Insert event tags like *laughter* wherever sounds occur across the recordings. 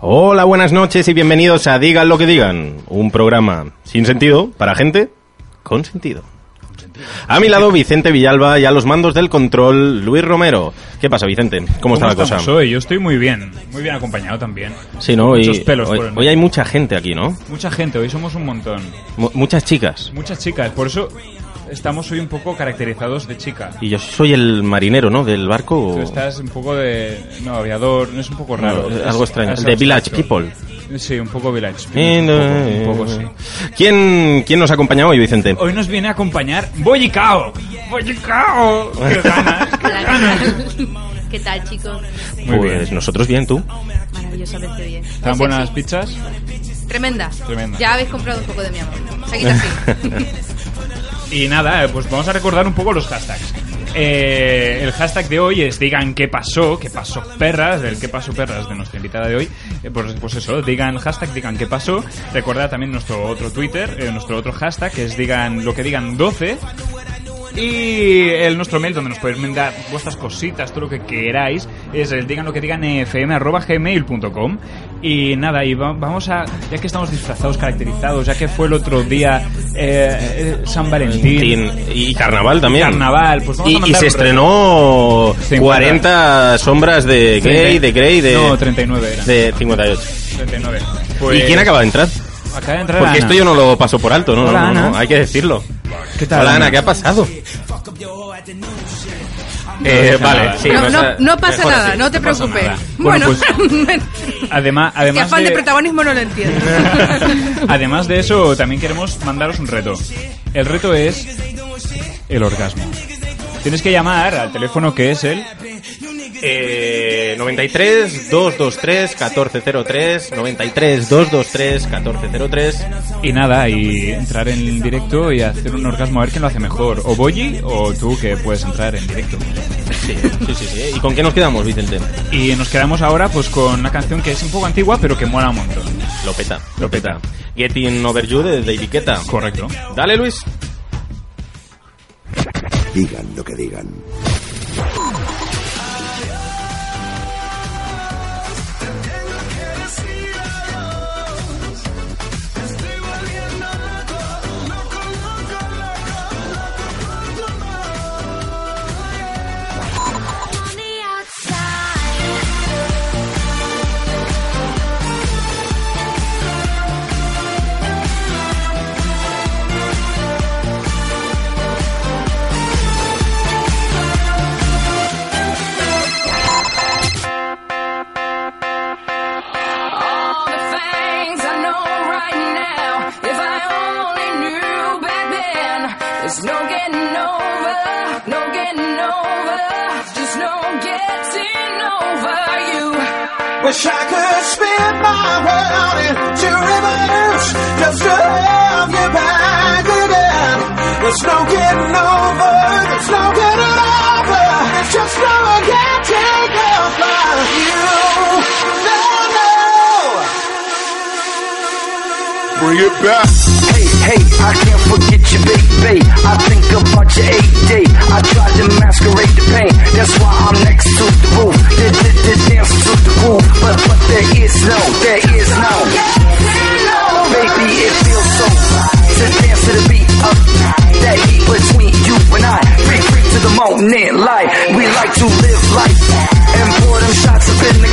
Hola, buenas noches y bienvenidos a Digan lo que digan, un programa sin sentido para gente con sentido. A mi lado Vicente Villalba y a los mandos del control Luis Romero. ¿Qué pasa, Vicente? ¿Cómo, está la cosa? estamos hoy? Yo estoy muy bien, muy bien acompañado también. Sí, ¿no? Hoy- Muchos pelos hoy, por el hoy hay mucha gente aquí, ¿no? Mucha gente, hoy somos un montón. Mu- muchas chicas. Muchas chicas, por eso estamos hoy un poco caracterizados de chica. Y yo soy el marinero, ¿no? Del barco. Tú estás un poco de... no, aviador, no, es un poco raro. No, Es- Eh, algo extraño. es De Village abstracto. People. Sí, un poco Village Eh, People. no, Un poco, un poco, eh, sí. ¿Quién, ¿Quién nos acompaña hoy, Vicente? Hoy nos viene a acompañar *laughs* Boyicao. Boyicao. ¡Qué ganas! ¡Qué Hola, ganas! ¿qué tal? ¿Qué tal, chicos? Muy pues bien. nosotros bien, tú. Maravillosamente bien. ¿Están Sexy. buenas las pizzas? Tremenda. Tremenda. Ya habéis comprado un poco de mi amor. Seguid así. *laughs* Y nada, eh, pues vamos a recordar un poco los hashtags. Eh, el hashtag de hoy es digan qué pasó, qué pasó perras, el qué pasó perras de nuestra invitada de hoy. Eh, pues, pues eso, digan hashtag, digan qué pasó. Recordad también nuestro otro Twitter, eh, nuestro otro hashtag, que es digan lo que digan 12. Y el nuestro mail donde nos podéis mandar vuestras cositas, todo lo que queráis, es el digan lo que digan fm.gmail.com. Y nada, y va- vamos a, ya que estamos disfrazados, caracterizados, ya que fue el otro día eh, eh, San Valentín, Y carnaval también. Carnaval, pues vamos Y, a y mandar se un estrenó 50. 40 sombras de Grey, de Grey, de, No, 39 era. de 58. 39. ¿Y quién acaba de entrar? Acaba de entrar Porque Ana. esto yo no lo paso por alto, ¿no? Hola, no, no, Ana. no, hay que decirlo. ¿Qué tal, Hola, Ana? Ana, ¿qué ha pasado? dice Eh, vale, nada. sí, no, nos no, ha- no pasa mejor nada, así. no te pasa preocupes. nada. *laughs* Bueno, Bueno, Además, que además afán de... protagonismo no lo entiendo. Además de eso, también queremos mandaros un reto. El reto es el orgasmo. Tienes que llamar al teléfono que es el Eh, 93 223 1403 93 223 1403 y nada, y entrar en directo y hacer un orgasmo a ver quién lo hace mejor, o Boyi o tú que puedes entrar en directo. sí, sí, sí, sí. ¿Y con qué nos quedamos, Vicente? Y nos quedamos ahora pues con una canción que es un poco antigua, pero que mola un montón. Lo peta, lo peta. Getting Over You de David Guetta. Correcto. Dale, Luis. Digan lo que digan. All the things I know right now. If I only knew back then, there's no getting over, no getting over, just no getting over you. Wish I could spin my world into reverse just to have you back again. There's no getting over, there's no getting over, there's just no getting over you. No, no. Bring it back. Hey, hey, I can't forget you, baby. I think about your eight day. I tried to masquerade the pain. That's why I'm next to the roof. The, the, the dance to the groove. But, but there is no, there is no. Baby, it feels so right to dance to the beat of that heat between you and I. Freak, freak to the moment light. We like to live life and pour them shots up in the.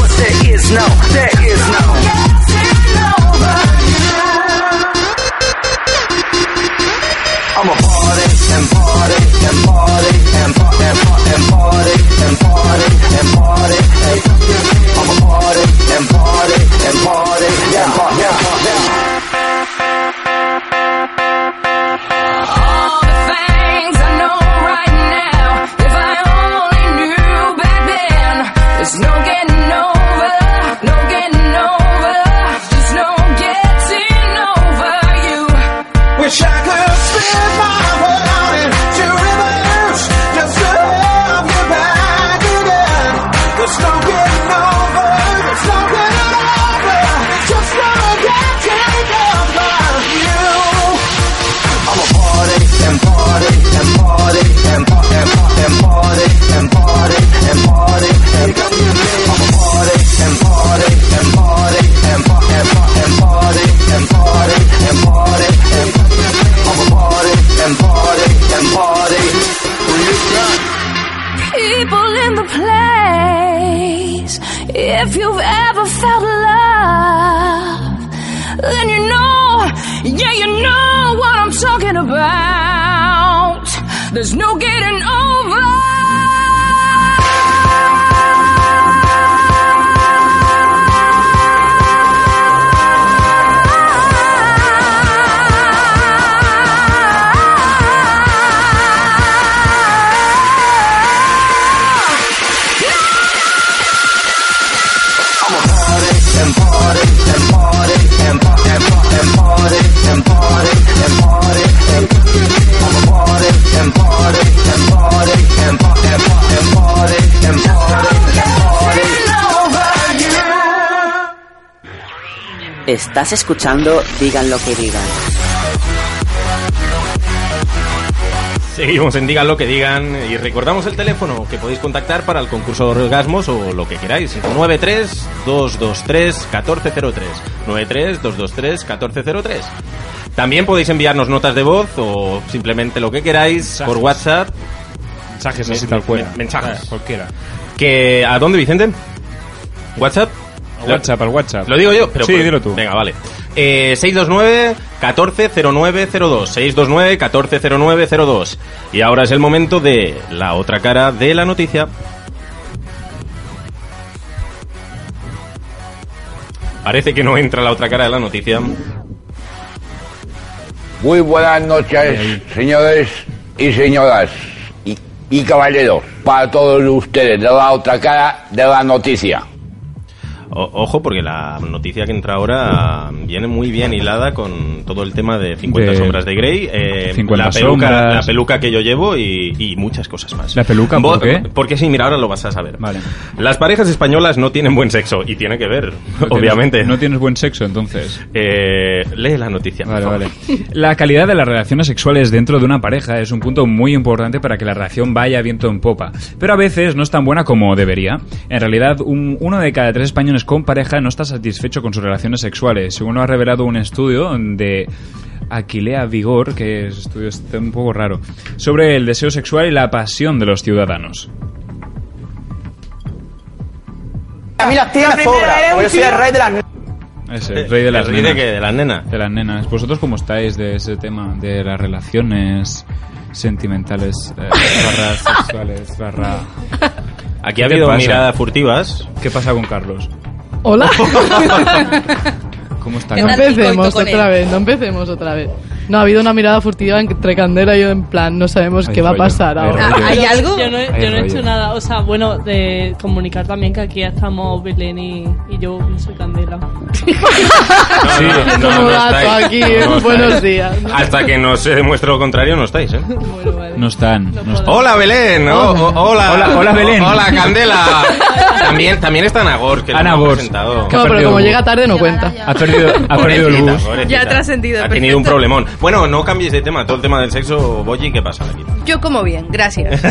But there is no, there is no. I'm a party and party and party and party and party and party and party and party. Hey, I'm a party and party and party and party. Yeah, yeah, yeah. There's no getting over. Estás escuchando Digan lo que digan. Seguimos en Digan lo que digan y recordamos el teléfono que podéis contactar para el concurso de orgasmos o lo que queráis. 93-223-1403. 93-223-1403. También podéis enviarnos notas de voz o simplemente lo que queráis por WhatsApp. Mensajes Me- así tal cual. me- mensajes. Ah, Cualquiera. Que, ¿A dónde, Vicente? ¿WhatsApp? Al WhatsApp, al WhatsApp. Lo digo yo, pero Sí, dilo tú. Venga, vale. Eh, 629 140902 629 140902 Y ahora es el momento de la otra cara de la noticia. Parece que no entra la otra cara de la noticia. Muy buenas noches, señores y señoras y, y caballeros, para todos ustedes de la otra cara de la noticia. O- ojo, porque la noticia que entra ahora viene muy bien hilada con todo el tema de 50 De- sombras de Grey, eh, 50 la, peluca, sombras. la peluca que yo llevo y, y muchas cosas más. ¿La peluca? Vo- ¿Por qué? Porque sí, mira, ahora lo vas a saber. Vale. Las parejas españolas no tienen buen sexo, y tiene que ver, obviamente. No tienes buen sexo, entonces. Eh, lee la noticia. por Vale, favor. vale. La calidad de las relaciones sexuales dentro de una pareja es un punto muy importante para que la relación vaya viento en popa, pero a veces no es tan buena como debería. En realidad, un- uno de cada tres españoles con pareja no está satisfecho con sus relaciones sexuales, según lo ha revelado un estudio de Aquilea Vigor, que es estudio está un poco raro, sobre el deseo sexual y la pasión de los ciudadanos. A mí las tías me sobran. porque Yo soy el rey de las Es el rey de las Eh, El rey nenas. que- de las nenas. De las nenas. ¿Vosotros cómo estáis de ese tema de las relaciones sentimentales, *laughs* eh, barra sexuales, barra... Aquí ha ¿Qué te habido pasa? miradas furtivas. ¿Qué pasa con Carlos? *laughs* Hola. *laughs* ¿Cómo está no Está Carlos? empecemos picoito con otra él. vez, no empecemos otra vez. No, ha habido una mirada furtiva entre Candela y yo en plan, no sabemos Ay, qué va a rollo, pasar ay, ahora. rollo. Ah, ¿Hay algo? Yo no, he- Hay yo no he rollo. hecho nada. O sea, bueno, de comunicar también que aquí ya estamos Belén y, y yo, no *laughs* soy Candela. *laughs* Sí, Como gato estáis. aquí, No, no estáis. *laughs* buenos días. Hasta que no se demuestre lo contrario, no estáis, ¿eh? Bueno, vale. No están. No están. Hola Belén, O- o- hola. Hola, hola, Belén. hola Candela. también, también está Nagor, que la Ana hemos Gors. presentado. Que No, pero perdido como el- llega tarde no cuenta. Llegada Ha perdido, ha perdido el Pobrecita, bus. pobrecita. Ya ha trascendido, Ha tenido un perfecto. problemón. Bueno, no cambies de tema. Todo el tema del sexo, Boyi, ¿qué pasa aquí? Yo como bien, gracias.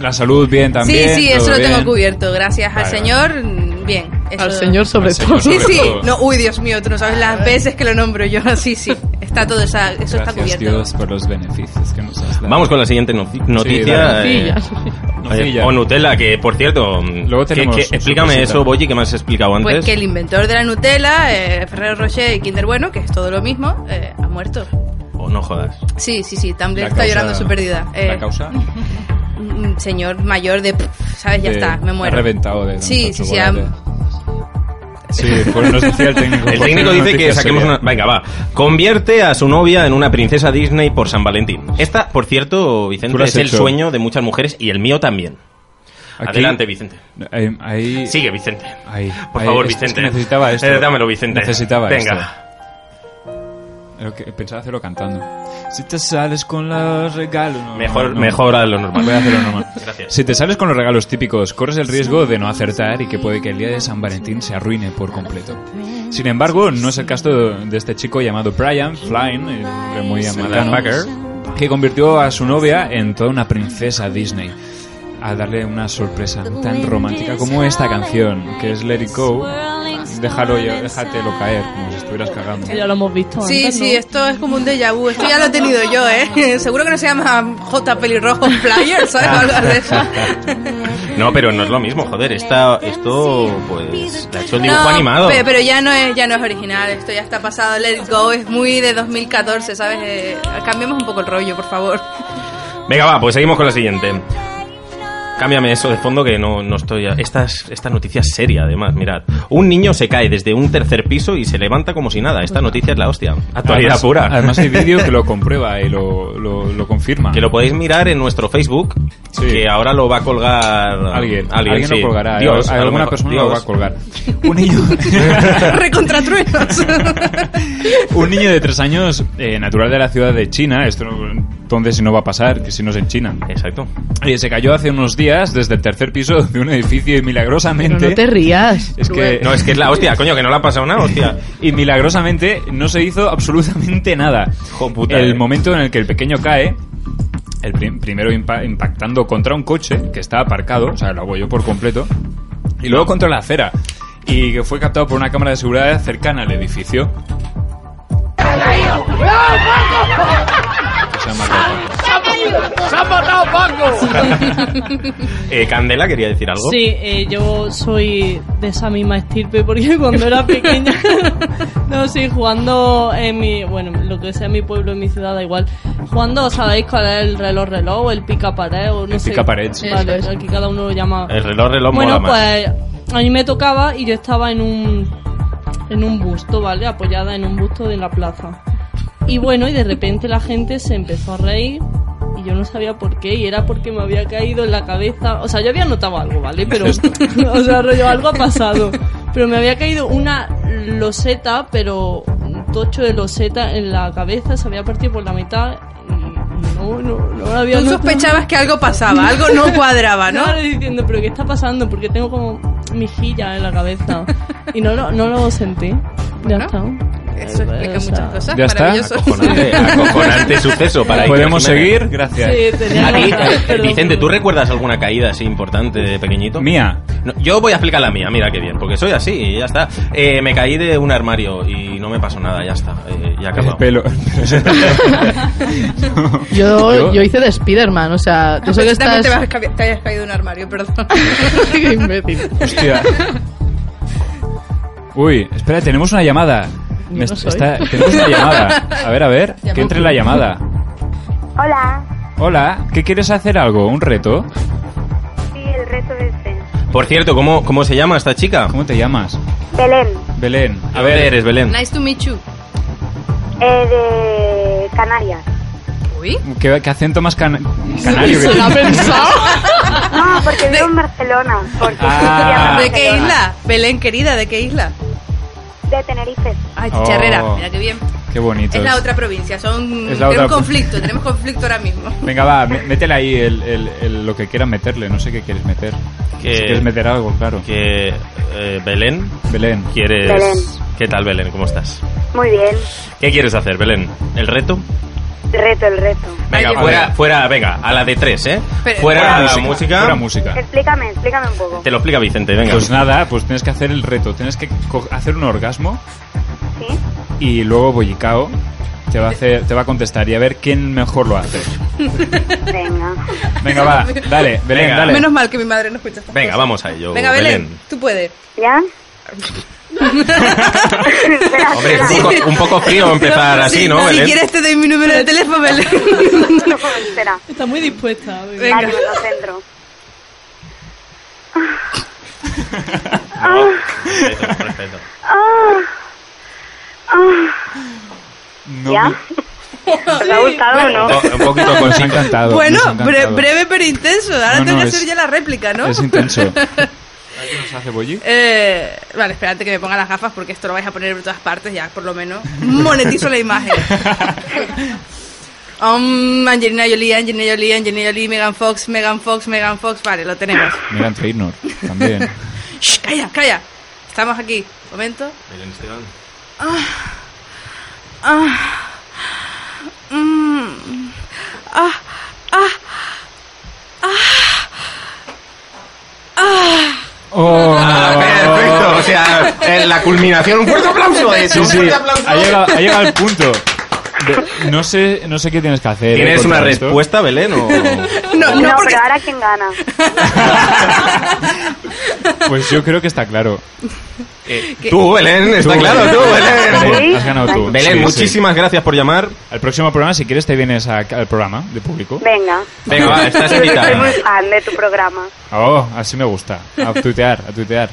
La salud bien sí, también. sí, eso todo lo tengo bien. cubierto. Gracias al Vale, señor, mm, bien. eso- Al señor sobre Al todo. Sí, señor sobre sí. todo. No, uy, Dios mío, tú no sabes las veces que lo nombro yo. *laughs* Sí, sí. Está todo esa, eso está Gracias cubierto. Dios por los beneficios que nos has dado. Vamos con la siguiente no- noticia. dale. eh, Nocilla. eh, o Nutella, que por cierto. que- Luego tenemos que- sorpresita. explícame eso, Boyi, que me has explicado antes. Pues que el inventor de la Nutella, eh, Ferrero Rocher y Kinder Bueno, que es todo lo mismo, eh, ha muerto. Oh, no jodas. Sí, sí, sí, Tumblr La está causa- llorando su pérdida. Eh, La causa *laughs* un señor mayor de, pff, ¿sabes? Ya de- está, me muero. Ha reventado de Sí, tanto sí, sí, chocolate. ha- Sí, pues nos decía el *laughs* técnico. El técnico dice que saquemos una. Venga, va. Convierte a su novia en una princesa Disney por San Valentín. Esta, por cierto, Tú Vicente, la has es el hecho. sueño de muchas mujeres y el mío también. Adelante, Vicente. Ahí, Eh, ahí- Sigue, Vicente. ahí- Por ahí, favor, es- es que Vicente. necesitaba esto. Eh, dámelo, Vicente. Necesitaba Venga. esto. Lo que- pensaba hacerlo cantando. Si te sales con los regalos. no, Mejor, no, no. mejor a lo normal. Voy a hacerlo normal. Gracias. Si te sales con los regalos típicos, corres el riesgo de no acertar y que puede que el día de San Valentín se arruine por completo. Sin embargo, no es el caso de este chico llamado Brian Flynn, eh, hombre muy Motherfucker. americano, que convirtió a su novia en toda una princesa Disney. A darle una sorpresa tan romántica como esta canción, que es Let It Go. Déjalo, ya- déjatelo caer, como si estuvieras cagando. Ya lo hemos visto. Sí, antes, sí, ¿no? esto es como un déjà vu. Esto ya lo he tenido yo, ¿eh? *laughs* Seguro que no se llama J. Pelirrojo Flyer, ¿sabes? Ah. O algo de *laughs* *laughs* eso. No, pero no es lo mismo, joder. Esta, esto, pues, la ha hecho el dibujo No, animado. pe- Pero, ya no es ya no es original, esto ya está *laughs* pasado. Let It Go es muy de 2014, ¿sabes? Eh, cambiemos un poco el rollo, por favor. *laughs* Venga, va, pues seguimos con la siguiente. Cámbiame eso de fondo que no, no estoy... a- Esta, es- esta noticia es seria, además, mirad. Un niño se cae desde un tercer piso y se levanta como si nada. Esta noticia es la hostia. Actualidad Además- pura. Además *laughs* hay vídeo que lo comprueba y lo, lo- lo confirma. Que lo podéis mirar en nuestro Facebook, que ahora lo va a colgar... Alguien, Alguien, alguien lo sí. colgará, ¿eh? Dios, Al- a lo alguna mejor- persona lo Dios. va a colgar. Recontratruenos. Un niño de tres años, eh, natural de la ciudad de China, esto no- entonces no va a pasar, que si no es en China. Exacto. se cayó hace unos días desde el tercer piso de un edificio y milagrosamente... Pero no te *laughs* rías. Es que, No, es que es la hostia, coño, que no le ha pasado nada, hostia. *laughs* Y milagrosamente no se hizo absolutamente nada. puta, el eh. momento en el que el pequeño cae, el prim- primero impa- impactando contra un coche que estaba aparcado, o sea, lo apoyó por completo, y luego contra la acera, y que fue captado por una cámara de seguridad cercana al edificio. que se ha matado. ¡Se ha matado Eh, Candela quería decir algo. Sí, eh, yo soy de esa misma estirpe porque *laughs* cuando era pequeña, no sé, jugando en mi, bueno, lo que sea mi pueblo, en mi ciudad, da igual. Jugando, ¿sabéis cuál es el reloj reloj o el pica pared o no El sé? picapared, sí. Eh, Vale, aquí cada uno lo llama. El reloj, reloj mola bueno, más. pues a mí me tocaba y yo estaba en un en un busto, ¿vale? Apoyada en un busto de la plaza. Y bueno, y de repente la gente se empezó a reír y yo no sabía por qué y era porque me había caído en la cabeza, o sea, yo había notado algo, ¿vale? *laughs* Pero *laughs* o sea, rollo algo ha pasado, pero me había caído una loseta, pero un tocho de loseta en la cabeza, se había partido por la mitad y no no no lo había Tú notado. sospechabas que algo pasaba, algo *laughs* no cuadraba, ¿no? Claro, diciendo, pero ¿qué está pasando? Porque tengo como mejilla en la cabeza. Y no lo, no lo sentí. Ya está. Eso pues, explica muchas cosas. Ya está. maravilloso. *laughs* Acojonante, acojonante suceso para Iker ¿Podemos Jiménez. seguir? Gracias. Sí, tenía- A ti, eh, Perdón. Vicente, ¿tú recuerdas alguna caída así importante de pequeñito? Mía. yo voy a explicar la mía, mira qué bien, porque soy así y ya está. Eh, me caí de un armario y no me pasó nada, ya está. eh, ya *laughs* acabó. *laughs* pelo. Yo, Yo- yo hice de Spiderman, o sea, tú sé que Ah, pues También estás... te, vas a cabe- te hayas caído de un armario, *laughs* perdón. Qué imbécil. Hostia. Uy, espera, tenemos una llamada. Me no est- soy. está- tenemos una llamada. A ver, a ver, que entre la llamada. Hola, Hola, ¿qué quieres hacer algo? ¿Un reto? sí, el reto es Por cierto, ¿cómo, ¿cómo se llama esta chica? ¿Cómo te llamas? Belén, Belén. A ver, eres Belén. Nice to meet you. eh, de Canarias. Uy. ¿Qué, qué acento más cana- canario? que tiene? *laughs* *laughs* No, porque vivo en Barcelona. Porque Ah. ¿De qué isla? Belén, querida, ¿de qué isla? De Tenerife. Ay, Oh. chicharrera, mira qué bien. Qué bonito. Es la otra provincia, son... Es la tenemos otra- conflicto, tenemos conflicto ahora mismo. Venga, va, mé- métele ahí el- el- el- lo que quieras meterle. No sé qué quieres meter. Que- Si quieres meter algo, claro. Que eh, Belén. Belén. ¿Quieres... Belén. ¿Qué tal, Belén? ¿Cómo estás? Muy bien, ¿Qué quieres hacer, Belén? ¿El reto? reto, el reto. Venga, fuera, fuera, venga, a la de tres, ¿eh? Pero- fuera Fuera la música, música, fuera música. Explícame, explícame un poco. Te lo explica Vicente, venga. Pues nada, pues tienes que hacer el reto. Tienes que co- hacer un orgasmo. Y luego Boyicao te va a hacer, te va a contestar y a ver quién mejor lo hace. Venga. Venga, va, dale, Belén, Venga. dale. Menos mal que mi madre no escucha estas Venga, cosas. vamos a ello. Venga, Belén, tú puedes. *laughs* ¿Ya? Hombre, *laughs* es un poco, *laughs* un poco frío empezar así, ¿no, Si Belén? quieres te doy mi número de teléfono, *laughs* Belén. Espera. Está muy dispuesta. Venga. Vale, me concentro. Perfecto, perfecto. Ah. Ah. No, ¿Ya? ¿Te ha gustado o no? Un poquito con ha encantado. Bueno, nos ha encantado. bre- breve pero intenso. Ahora No, tengo no, que es- hacer ya la réplica, ¿no? *laughs* Es intenso. ¿Qué nos hace Boyi? Eh, vale, espérate que me ponga las gafas porque esto lo vais a poner en todas partes ya, por lo menos. Monetizo la *laughs* imagen. Um, Angelina Jolie, Angelina Jolie, Angelina Jolie, Megan Fox, Megan Fox, Megan Fox. Vale, lo tenemos. Megan Trainor también. Shh, calla, calla. Estamos aquí. Momento. Ah. Ah. Mm. Ah. Ah. Ah. Ah. Ah, *laughs* perfecto, o sea, en la eh, culminación. Un fuerte aplauso. Oh. Sí, eso, un sí, fuerte aplauso. Ha llegado, ha llegado al punto. Be- No sé, no sé qué tienes que hacer. ¿Tienes eh, contra una esto. respuesta, Belén? o- No, pero ahora quién gana. Pues yo creo que está claro. ¿Qué? Eh, Tú, Belén, está claro, tú, Belén. Has ganado tú. Belén, muchísimas gracias por llamar. Al próximo programa, si quieres, te vienes a- al programa de público. Venga. Venga, va, estás Yo soy *laughs* invitada. muy fan de Pues, tu programa. Oh, así me gusta. A tuitear, a tuitear.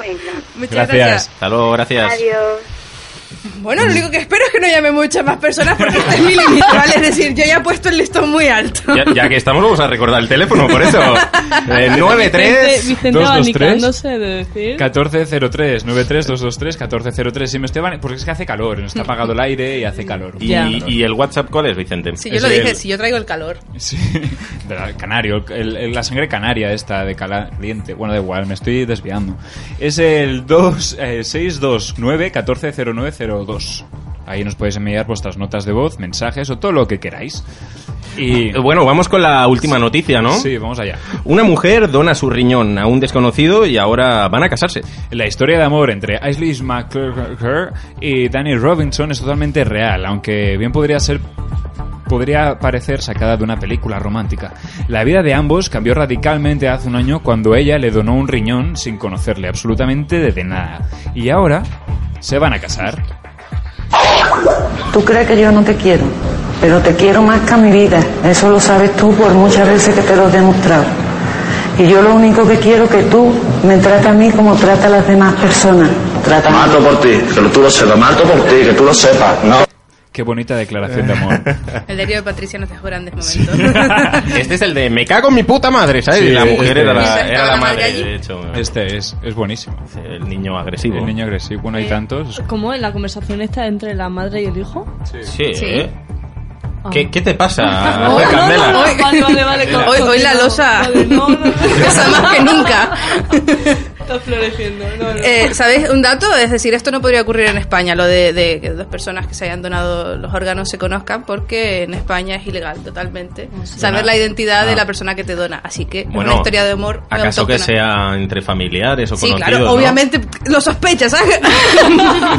Venga. Gracias. Hasta luego, gracias. Adiós. Bueno, lo único que espero es que no llame muchas más personas porque este es mi límite, ¿vale? Es decir, yo ya he puesto el listón muy alto. Ya, ya que estamos, vamos a recordar el teléfono, por eso. Eh, 93 Vicente 223. abanicándose de decir. 1403 93223 1403 Sí, me estoy van- porque es que hace calor, está apagado el aire y hace calor. Y- Ya. y el WhatsApp cuál es, Vicente? Si yo lo dije, si yo traigo el calor. Sí, de la- canario, el- el- la sangre canaria esta de caliente. Bueno, da igual, me estoy desviando. Es el 2, eh, 629-140902. Ahí nos podéis enviar vuestras notas de voz, mensajes o todo lo que queráis. Y Bueno, vamos con la última noticia, ¿no? Sí, vamos allá. Una mujer dona su riñón a un desconocido y ahora van a casarse. La historia de amor entre Ashley McClure y Danny Robinson es totalmente real, aunque bien podría ser podría parecer sacada de una película romántica. La vida de ambos cambió radicalmente hace un año cuando ella le donó un riñón sin conocerle absolutamente de nada. Y ahora se van a casar. Tú crees que yo no te quiero, pero te quiero más que a mi vida. Eso lo sabes tú por muchas veces que te lo he demostrado. Y yo lo único que quiero es que tú me trates a mí como trata a las demás personas. Trata Mato por ti, que tú lo sepas, mato por ti, que tú lo sepas. No. Qué bonita declaración de amor. El diario de Patricia nos dejó grandes momentos. *laughs* Este es el de me cago en mi puta madre, ¿sabes? Sí, la mujer este era es. la, era la La madre madre, allí. de hecho. Este es, es buenísimo. El niño agresivo. El niño agresivo. Bueno, hay tantos. ¿Cómo en la conversación esta entre la madre y el hijo? Sí. Sí. ¿eh? ¿Qué, qué te pasa, no, no, Ah, Candela? no, vale, *laughs* vale, vale, con- Hoy, hoy la no, losa *laughs* pesa más que nunca. Está floreciendo. No, no. Eh, ¿Sabes un dato? Es decir, esto no podría ocurrir en España, lo de, de que dos personas que se hayan donado los órganos se conozcan, porque en España es ilegal totalmente saber Ah. la identidad de Ah. la persona que te dona. Así que Bueno, una historia de amor muy ¿Acaso que autóctona. sea entre familiares o Sí, conocidos? claro, ¿no? obviamente lo sospechas, *laughs* ¿sabes?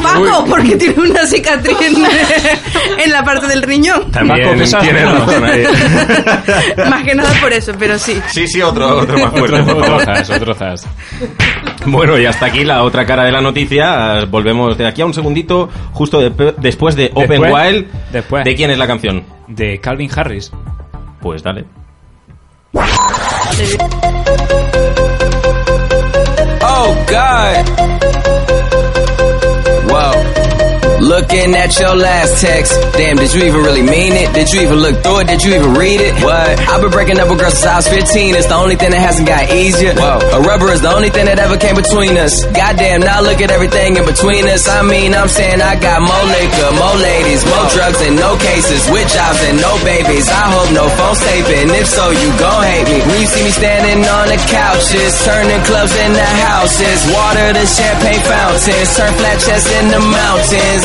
Paco, Uy. porque tiene una cicatriz en, en la parte del riñón. También *laughs* tiene razón ahí. Más que nada por eso, pero sí. Sí, sí, otro, otro más fuerte. Otro- por favor. otro zas, otro zas. Bueno, y hasta aquí la otra cara de la noticia. Volvemos de aquí a un segundito, justo de- después de Open Después, Wild. después. ¿De quién es la canción? De Calvin Harris. Pues dale. Oh God. Whoa. Looking at your last text. Damn, did you even really mean it? Did you even look through it? Did you even read it? What? I've been breaking up with girls since I was 15. It's the only thing that hasn't got easier. Whoa. A rubber is the only thing that ever came between us. Goddamn, now look at everything in between us. I mean, I'm saying I got more liquor, more ladies, more drugs, and no cases. With jobs and no babies. I hope no phone taping. If so, you gon' hate me. When you see me standing on the couches, turning clubs into houses. Water to champagne fountains. Turn flat chests in the mountains.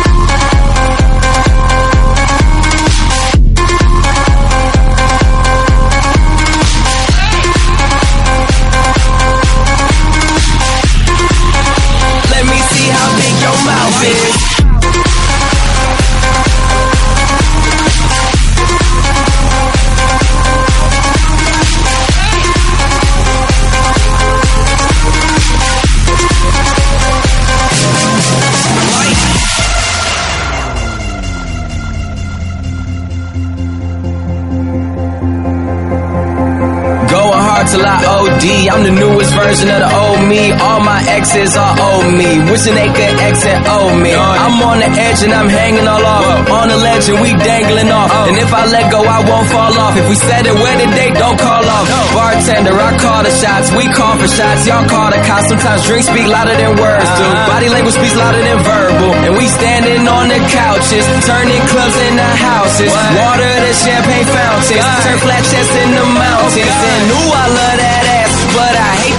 is. Let me see how big your mouth is. Going hard till I OD. I'm the newest version of the old me. All my exes are old me. Wishing they could exit old me. I'm on the edge and I'm hanging all off. On the ledge and we dangling off. And if I let go, I won't fall off. If we said it, where did they don't call off? Bartender, I call the shots. We call for shots. Y'all call the cops. Sometimes drinks speak louder than words do. Body language speaks louder than verbal. And we standing on the couches. Turning clubs into houses. Water to champagne fountains. Turn flat chests in the mountains. And ooh, I love that ass. But I hate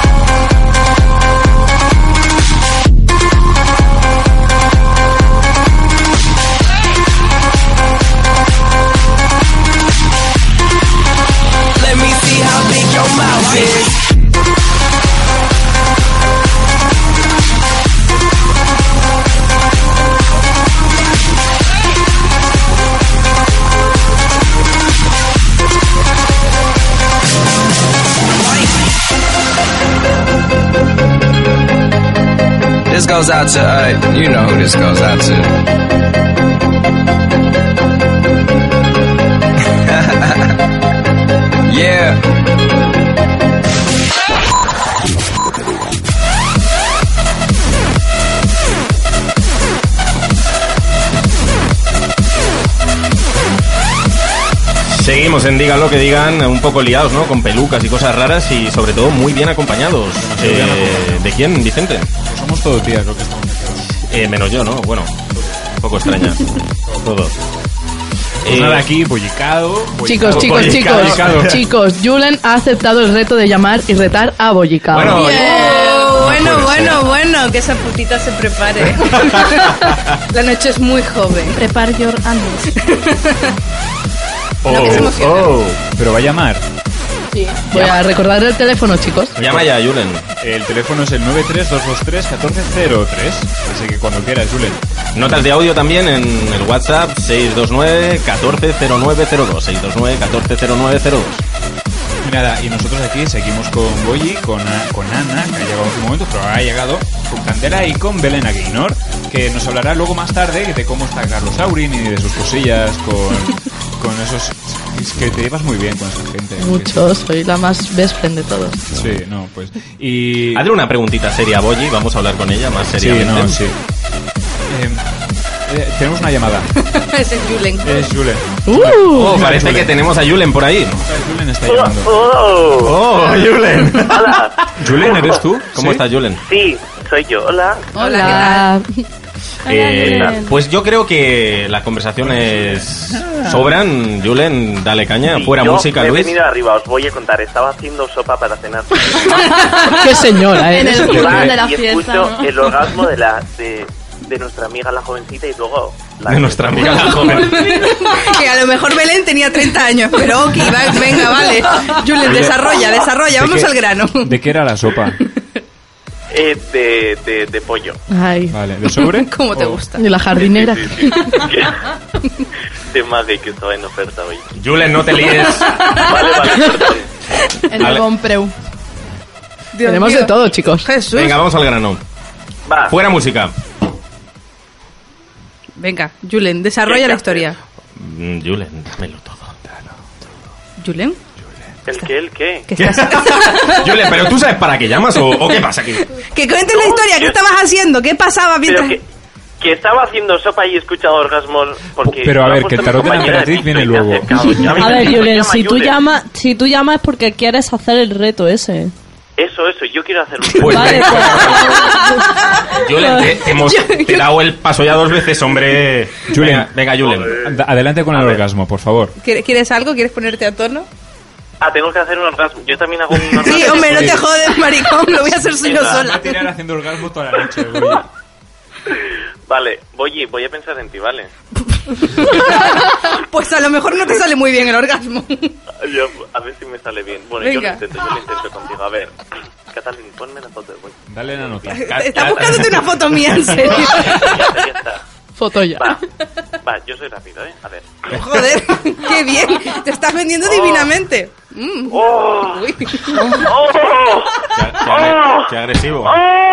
Let me see how big your mouth is. This goes out to, uh, you know who this goes out to. *laughs* yeah. Seguimos en Digan lo que digan, un poco liados, ¿no? Con pelucas y cosas raras y sobre todo muy bien acompañados. Eh, ¿De quién, Vicente? somos todo el día, creo que estamos. Eh, menos yo, ¿no? Bueno, un poco *laughs* extraña. Eh, Todos. Pues nada, aquí, bollicado. Chicos, chicos, *laughs* chicos, chicos, Julen ha aceptado el reto de llamar y retar a Bollicao. Oh, bueno, Pues, bueno, bueno, que esa putita se *laughs* prepare. La noche es muy joven. Prepare your No, Oh, que se emociona. Pero va a llamar. eh, Sí. Voy a recordar el teléfono, chicos. Llama ya, Julen. El teléfono es el 93223-1403. Así que cuando quieras, Julen. Notas de audio también en el WhatsApp 629-140902. 629-140902. Y Nada, y nosotros aquí seguimos con Boyi, con, A- con Ana, que ha llegado en su momento, pero ha llegado con Candela y con Belén Aguinor, que nos hablará luego más tarde de cómo está Carlos Aurin y de sus cosillas con, con esos... Es que te llevas muy bien con esa gente. Muchos, soy la más best friend de todos. Sí, no, pues... *laughs* Y... Hazle una preguntita seria a Boyi, vamos a hablar con ella más seriamente. no, sí. Eh, tenemos una *laughs* llamada. Ese es Julen. Es Julen. Uh. Oh, parece que tenemos a Julen por ahí. Julen está llamando. Oh, Julen. Julen, ¿eres tú? ¿Cómo estás, Julen? Sí, soy yo. Hola. Hola. Eh, pues yo creo que las conversaciones sobran. Julen, dale caña. Fuera Ah. Yo música, me He Luis. venido arriba, os voy a contar. Estaba haciendo sopa para cenar. *laughs* Qué señora, eh. En el Porque- bar de la y fiesta, escucho ¿no? el orgasmo de la de, de nuestra amiga la jovencita y luego la De nuestra amiga la joven. que a lo mejor Belén tenía 30 años, pero ok, va- venga, vale. Julen, Oye, desarrolla, ¿de desarrolla, vamos qué- al grano. ¿De qué era la sopa? eh, de, de, de pollo. Ay. Vale, ¿de sobre? *laughs* ¿Cómo te gusta? De la jardinera. De madre que estaba en oferta hoy. Julen, no te líes. Vale, vale. El Vale. Bompreu. Tenemos de todo, chicos. Jesús. Venga, vamos al grano. Fuera música. Venga, Julen, desarrolla la historia. Mm, Julen, dámelo todo. Julen, ¿El qué? ¿El qué? ¿Qué estás- *laughs* Julen, pero tú sabes para qué llamas o, o qué pasa aquí. que cuentes la historia, ¿qué estabas haciendo? ¿Qué pasaba mientras...? Que estaba haciendo sopa y he escuchado orgasmos porque... Pero a lo ha ver, puesto que el mi tarot de la compañera emperatriz piso viene y me ha luego. acercado. Ya me A ver, dijo, Julen, "Llama, si tú Julen". llamas, si tú llamas es porque quieres hacer el reto ese. Eso, eso, yo quiero hacer un... Pues, Julen, te, te hemos te he dado el paso ya dos veces, hombre. Julen. Venga, Julen. Ad- Adelante con el orgasmo, por favor. ¿Quieres- ¿Quieres algo? ¿Quieres ponerte a *laughs* tono? Ah, tengo que hacer un orgasmo. Yo también *laughs* hago un orgasmo. Sí, hombre, no te jodes, maricón, lo voy a hacer yo Venga. sola. haciendo orgasmo toda la noche. Vale, voy, voy a pensar en ti, ¿vale? Pues a lo mejor no te sale muy bien el orgasmo. Yo, a ver si me sale bien. Bueno, yo lo Venga. intento, yo lo intento contigo. A ver, Catalín, ponme la foto de Boyi. Dale la nota. Está buscándote una foto mía, en *laughs* *laughs* serio. Foto ya. Va, yo soy rápido, ¿eh? A ver. Joder, qué bien. Te estás vendiendo Oh. divinamente. Mm. Uy. Oh. Qué, agre- qué agresivo. ¡Oh!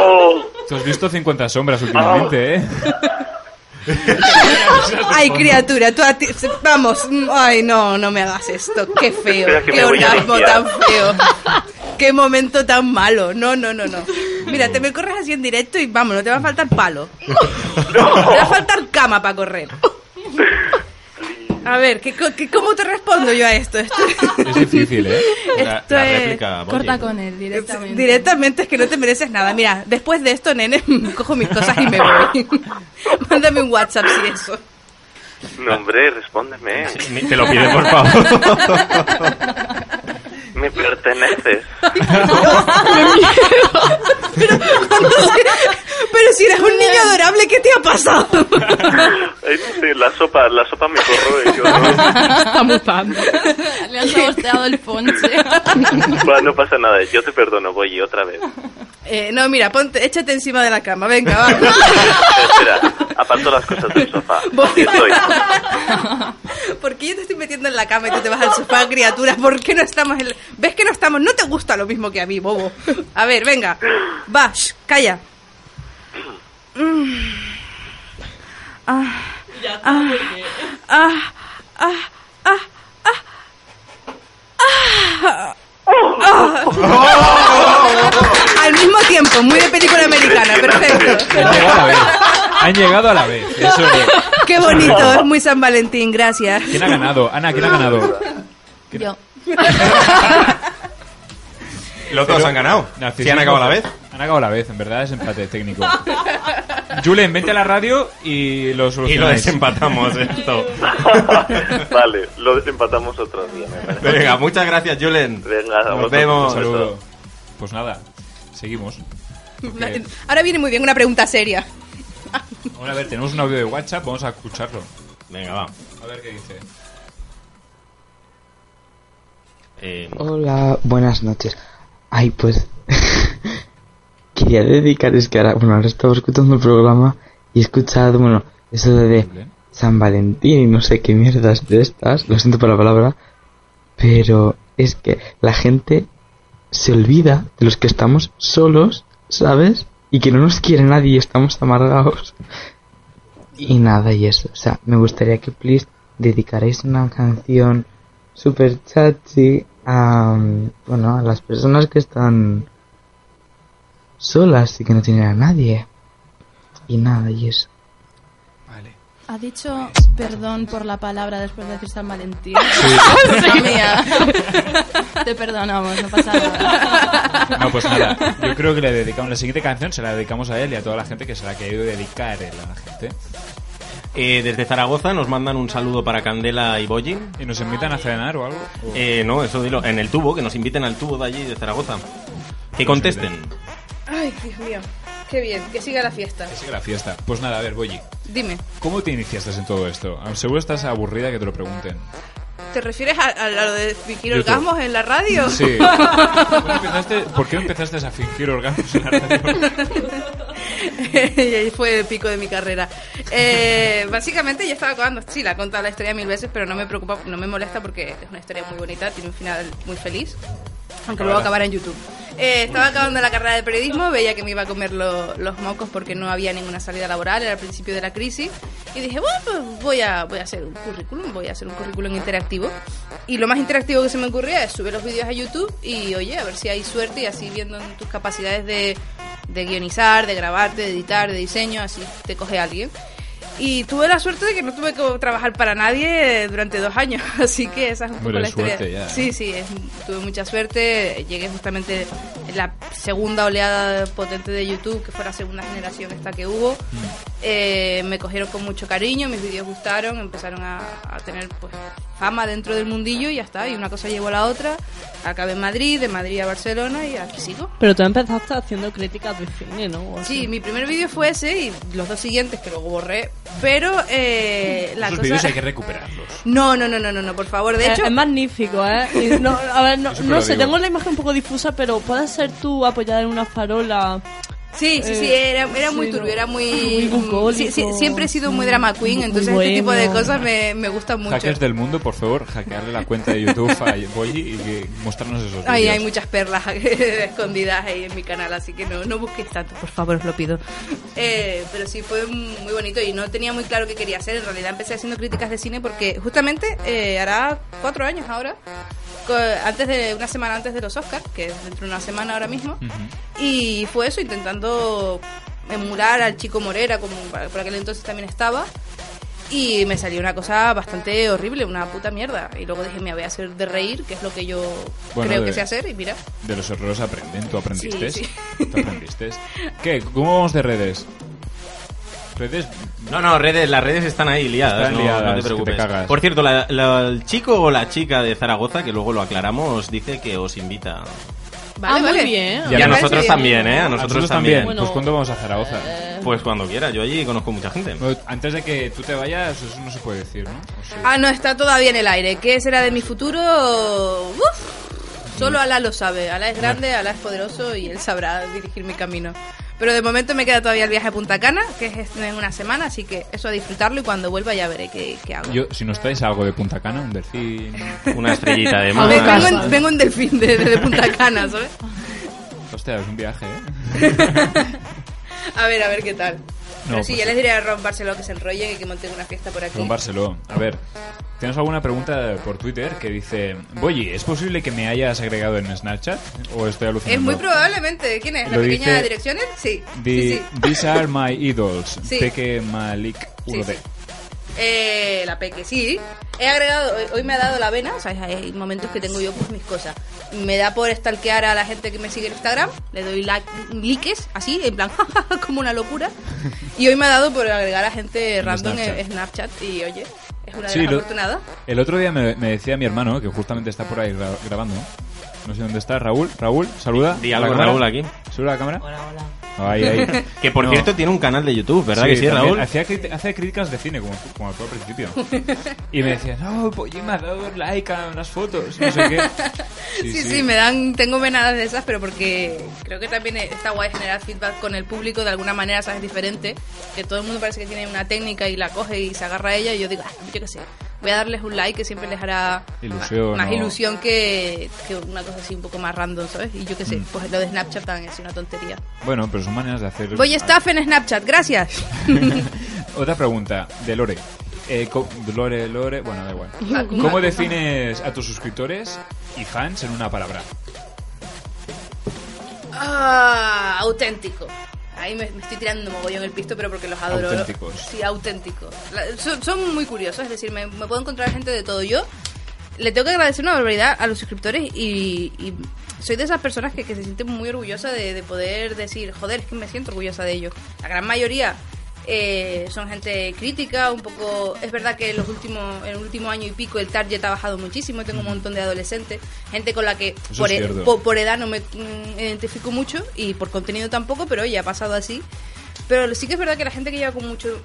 ¡Oh! Te has visto 50 sombras últimamente, ¿eh? *laughs* Ay, criatura, tú a ti- Vamos, mm, ay, no, no me hagas esto. Qué feo, Espera que qué me voy a orgasmo limpiar. tan *laughs* feo. Qué momento tan malo. No, no, no, no. Mira, te me corres así en directo y vamos, no te va a *laughs* faltar palo. Te va a faltar cama para correr. A ver, ¿qué, co- qué- ¿cómo te respondo yo a esto? Esto, Es difícil, ¿eh? esto es- con él directamente. Directamente es que no te mereces nada. Mira, después de esto, nene, *laughs* cojo mis cosas y me voy. *laughs* Mándame un WhatsApp si eso. No, hombre, respóndeme. te lo pide, por favor. *laughs* Me perteneces. Pero, pero si eres un niño adorable, ¿qué te ha pasado? Ay, no sé, la sopa, la sopa me corroe. Yo Está mutando. Le han saboteado el ponche. no, Va, no pasa nada, yo te perdono, voy otra vez. Eh, no, mira, ponte, échate encima de la cama. Venga, va. Espera, espera, aparto las cosas del sofá. Aquí estoy. ¿Por qué yo te estoy metiendo en la cama y tú te vas al sofá, criatura? ¿Por qué no estamos en la- ¿Ves que no estamos? No te gusta lo mismo que a mí, bobo. A ver, venga. Va, shh, calla. Mm. Ah, ah, ah, ah, ah, ah, ah. Ah. *laughs* Al mismo tiempo, muy de película americana, perfecto. Han llegado a la vez. Han llegado a la vez. Eso es. Qué bonito, es muy San Valentín, gracias. ¿Quién ha ganado? Ana, ¿quién ha ganado? Yo. *laughs* Los dos han ganado. Si han acabado a la vez. Han acabado a la vez, en verdad es empate técnico. Julen, vente a la radio y lo solucionáis. desempatamos esto. Vale, lo desempatamos otro día. me parece. Venga, muchas gracias, Julen. Venga, a Nos vosotros, vemos. un saludo. Pues nada, seguimos. Ahora viene muy bien una pregunta seria. Ahora, a ver, tenemos un audio de WhatsApp, vamos a escucharlo. Venga, va. A ver qué dice. Eh. Hola, buenas noches. Ay, pues. *laughs* quería dedicar, es que ahora, bueno, ahora estaba escuchando el programa y he escuchado, bueno, eso de San Valentín y no sé qué mierdas de estas, lo siento por la palabra, pero es que la gente se olvida de los que estamos solos, ¿sabes? Y que no nos quiere nadie y estamos amargados. Y nada, y eso. O sea, me gustaría que, please, dedicarais una canción super chachi a, mm, bueno, a las personas que están solas y que no tienen a nadie. Y nada, y eso. ¿Ha dicho perdón por la palabra después de decir San Valentín? Sí. *laughs* Hija mía. Te perdonamos, no pasa nada. No, pues nada, yo creo que le dedicamos la siguiente canción, se la dedicamos a él y a toda la gente que se la ha querido dedicar él a la gente. Eh, desde Zaragoza nos mandan un saludo para Candela y Boyin. ¿Y nos invitan a cenar o algo? Eh, no, eso dilo. En el tubo, que nos inviten al tubo de allí, de Zaragoza. Que contesten. Ay, Dios mío. Qué bien, que siga la fiesta. Sigue la fiesta. Pues nada, a ver, Boyi, Dime, ¿cómo te iniciaste en todo esto? A- Seguro estás aburrida que te lo pregunten. ¿te refieres a, a lo de fingir YouTube. orgasmos en la radio? *laughs* Sí. ¿Cómo empezaste- ¿Por qué empezaste a fingir orgasmos en la radio? *laughs* y ahí fue el pico de mi carrera. Eh, básicamente yo estaba acabando, sí, la he contado la historia mil veces, pero no me preocupa, no me molesta porque es una historia muy bonita, tiene un final muy feliz, aunque luego acabará en YouTube. Eh, estaba acabando la carrera de periodismo, veía que me iba a comer lo- los mocos porque no había ninguna salida laboral, era al principio de la crisis, y dije, bueno, pues voy a, voy a hacer un currículum, voy a hacer un currículum interactivo. Y lo más interactivo que se me ocurría es subir los vídeos a YouTube y, oye, a ver si hay suerte y así viendo tus capacidades de, de guionizar, de grabarte, de editar, de diseño, así te coge alguien. Y tuve la suerte de que no tuve que trabajar para nadie eh, durante dos años, *laughs* así que esa es un poco Bueno, la es historia. suerte ya, ¿eh? Sí, sí, es- tuve mucha suerte. Llegué justamente en la segunda oleada potente de YouTube, que fue la segunda generación esta que hubo. Eh, me cogieron con mucho cariño, mis vídeos gustaron, empezaron a, a tener pues fama dentro del mundillo y ya está. Y una cosa llevó a la otra. Acabé en Madrid, de Madrid a Barcelona y aquí sigo. Pero tú empezaste haciendo críticas de cine, ¿no? O así. Sí, mi primer vídeo fue ese y los dos siguientes que luego borré. Pero eh, la Esos cosa... vídeos hay que recuperarlos. No, no, no, no, no, no, por favor. De Eh, hecho, es magnífico, ¿eh? Y No, a ver, no, Yo siempre no lo sé, digo. tengo la imagen un poco difusa, pero puedes ser tú apoyada en una farola. Sí, sí, sí, Eh, era, era muy sí, turbio, ¿no? era muy... Muy bucólico. sí, sí, siempre he sido muy drama queen, Muy entonces este tipo de bohemio. cosas me, me gustan mucho. Hackers del mundo, por favor, hackearle la cuenta de YouTube a Boyi y que- mostrarnos esos vídeos. Ay, hay muchas perlas *laughs* escondidas ahí en mi canal, así que no, no busquéis tanto, por favor, os lo pido. Eh, pero sí, fue muy bonito y no tenía muy claro qué quería hacer. En realidad empecé haciendo críticas de cine porque justamente eh, hará cuatro años ahora, co- antes de una semana antes de los Oscars, que es dentro de una semana ahora mismo, y fue eso, intentando emular al chico Morera, como para, por aquel entonces también estaba. Y me salió una cosa bastante horrible, una puta mierda. Y luego dije, me voy a hacer de reír, que es lo que yo Bueno, creo de- que sé hacer. Y mira, De los errores aprenden, tú aprendiste. Sí, Tú aprendiste. ¿Qué? ¿Cómo vamos de redes? Redes. No, no, redes, las redes están ahí liadas, Están no, liadas, no te que te preocupes. cagas. Por cierto, la- la- el chico o la chica de Zaragoza, que luego lo aclaramos, dice que os invita. vale, Ah, muy vale. bien. Y a nosotros también, ¿eh? A nosotros también. Pues cuando vamos a Zaragoza. Pues cuando quiera, yo allí conozco mucha gente. Antes de que tú te vayas, eso no se puede decir, ¿no? O sí. Ah, no, está todavía en el aire. ¿Qué será de mi futuro? Uf. Mm. Solo Alá lo sabe. Alá Ah. es grande, Alá es poderoso y él sabrá dirigir mi camino. Pero de momento me queda todavía el viaje a Punta Cana, que es en una semana, así que eso a disfrutarlo y cuando vuelva ya veré qué, qué hago. Yo, si nos traes algo de Punta Cana, un delfín. Una estrellita *laughs* *laughs* de Vengo en, vengo en delfín de, de Punta Cana, ¿sabes? Hostia, es un viaje, ¿eh? *laughs* A ver, a ver qué tal. Pero sí, pues ya les diré a Ron Barceló que se enrollen y que monten una fiesta por aquí. Ron Barceló. A ver, tenemos alguna pregunta por Twitter que dice: Boyi, ¿es posible que me hayas agregado en Snapchat? ¿O estoy Es alucinando? muy probablemente. ¿Quién es? ¿La Lo pequeña dice- direcciones? Sí. The- sí, sí. These are my idols. Sí. Peque Malik Urde. Sí, Eh, la peque, sí. He agregado, hoy- hoy me ha dado la vena, o sea, hay momentos que tengo yo pues mis cosas. Me da por stalkear a la gente que me sigue en Instagram, le doy like, likes, así, en plan, *laughs* como una locura. Y hoy me ha dado por agregar a gente En random en Snapchat. Snapchat y oye, es una de Sí, las lo- afortunadas. El otro día me, me decía mi hermano, que justamente está por ahí gra- grabando. No sé dónde está. Raúl, Raúl, saluda. Di a la algo, cámara. Raúl, aquí. Saluda a la cámara. Hola, hola. Ahí, ahí. *laughs* Que por No. cierto tiene un canal de YouTube, ¿verdad Sí, que sí, también Raúl? Hacía, crit- hace críticas de cine, como, como tú al principio. Y me decía, no, Polly me ha dado like a las fotos, *laughs* no sé qué. Sí, sí, me dan, tengo venadas de esas, pero porque creo que también está guay generar feedback con el público de alguna manera, sabes, diferente. Que todo el mundo parece que tiene una técnica y la coge y se agarra a ella. Y yo digo, "Ah, yo qué sé, voy a darles un like que siempre les hará Ilusión, más ¿no? ilusión que, que una cosa así un poco más random, ¿sabes? Y yo qué sé, Mm. pues lo de Snapchat también es una tontería. Bueno, pero son maneras de hacer... Voy a staff en Snapchat, *laughs* gracias. *laughs* Otra pregunta, de Lore. Eh, co- Lore, Lore, bueno, da igual. Ah, Kuma, *laughs* ¿Cómo Kuma. defines a tus suscriptores y fans en una palabra? Ah, auténtico. Ahí me, me estoy tirando mogollón el pisto, pero porque los adoro. Auténticos. Sí, auténticos. La- son, son muy curiosos, es decir, me, me puedo encontrar gente de todo. Yo le tengo que agradecer una barbaridad a los suscriptores y, y soy de esas personas que, que se sienten muy orgullosa de, de poder decir, joder, es que me siento orgullosa de ellos. La gran mayoría eh, son gente crítica, un poco... Es verdad que en los últimos, en el último año y pico el target ha bajado muchísimo, tengo un montón de adolescentes, gente con la que Eso por, es e- cierto. po- por edad no me mm, identifico mucho y por contenido tampoco, pero oye, ha pasado así. Pero sí que es verdad que la gente que lleva con mucho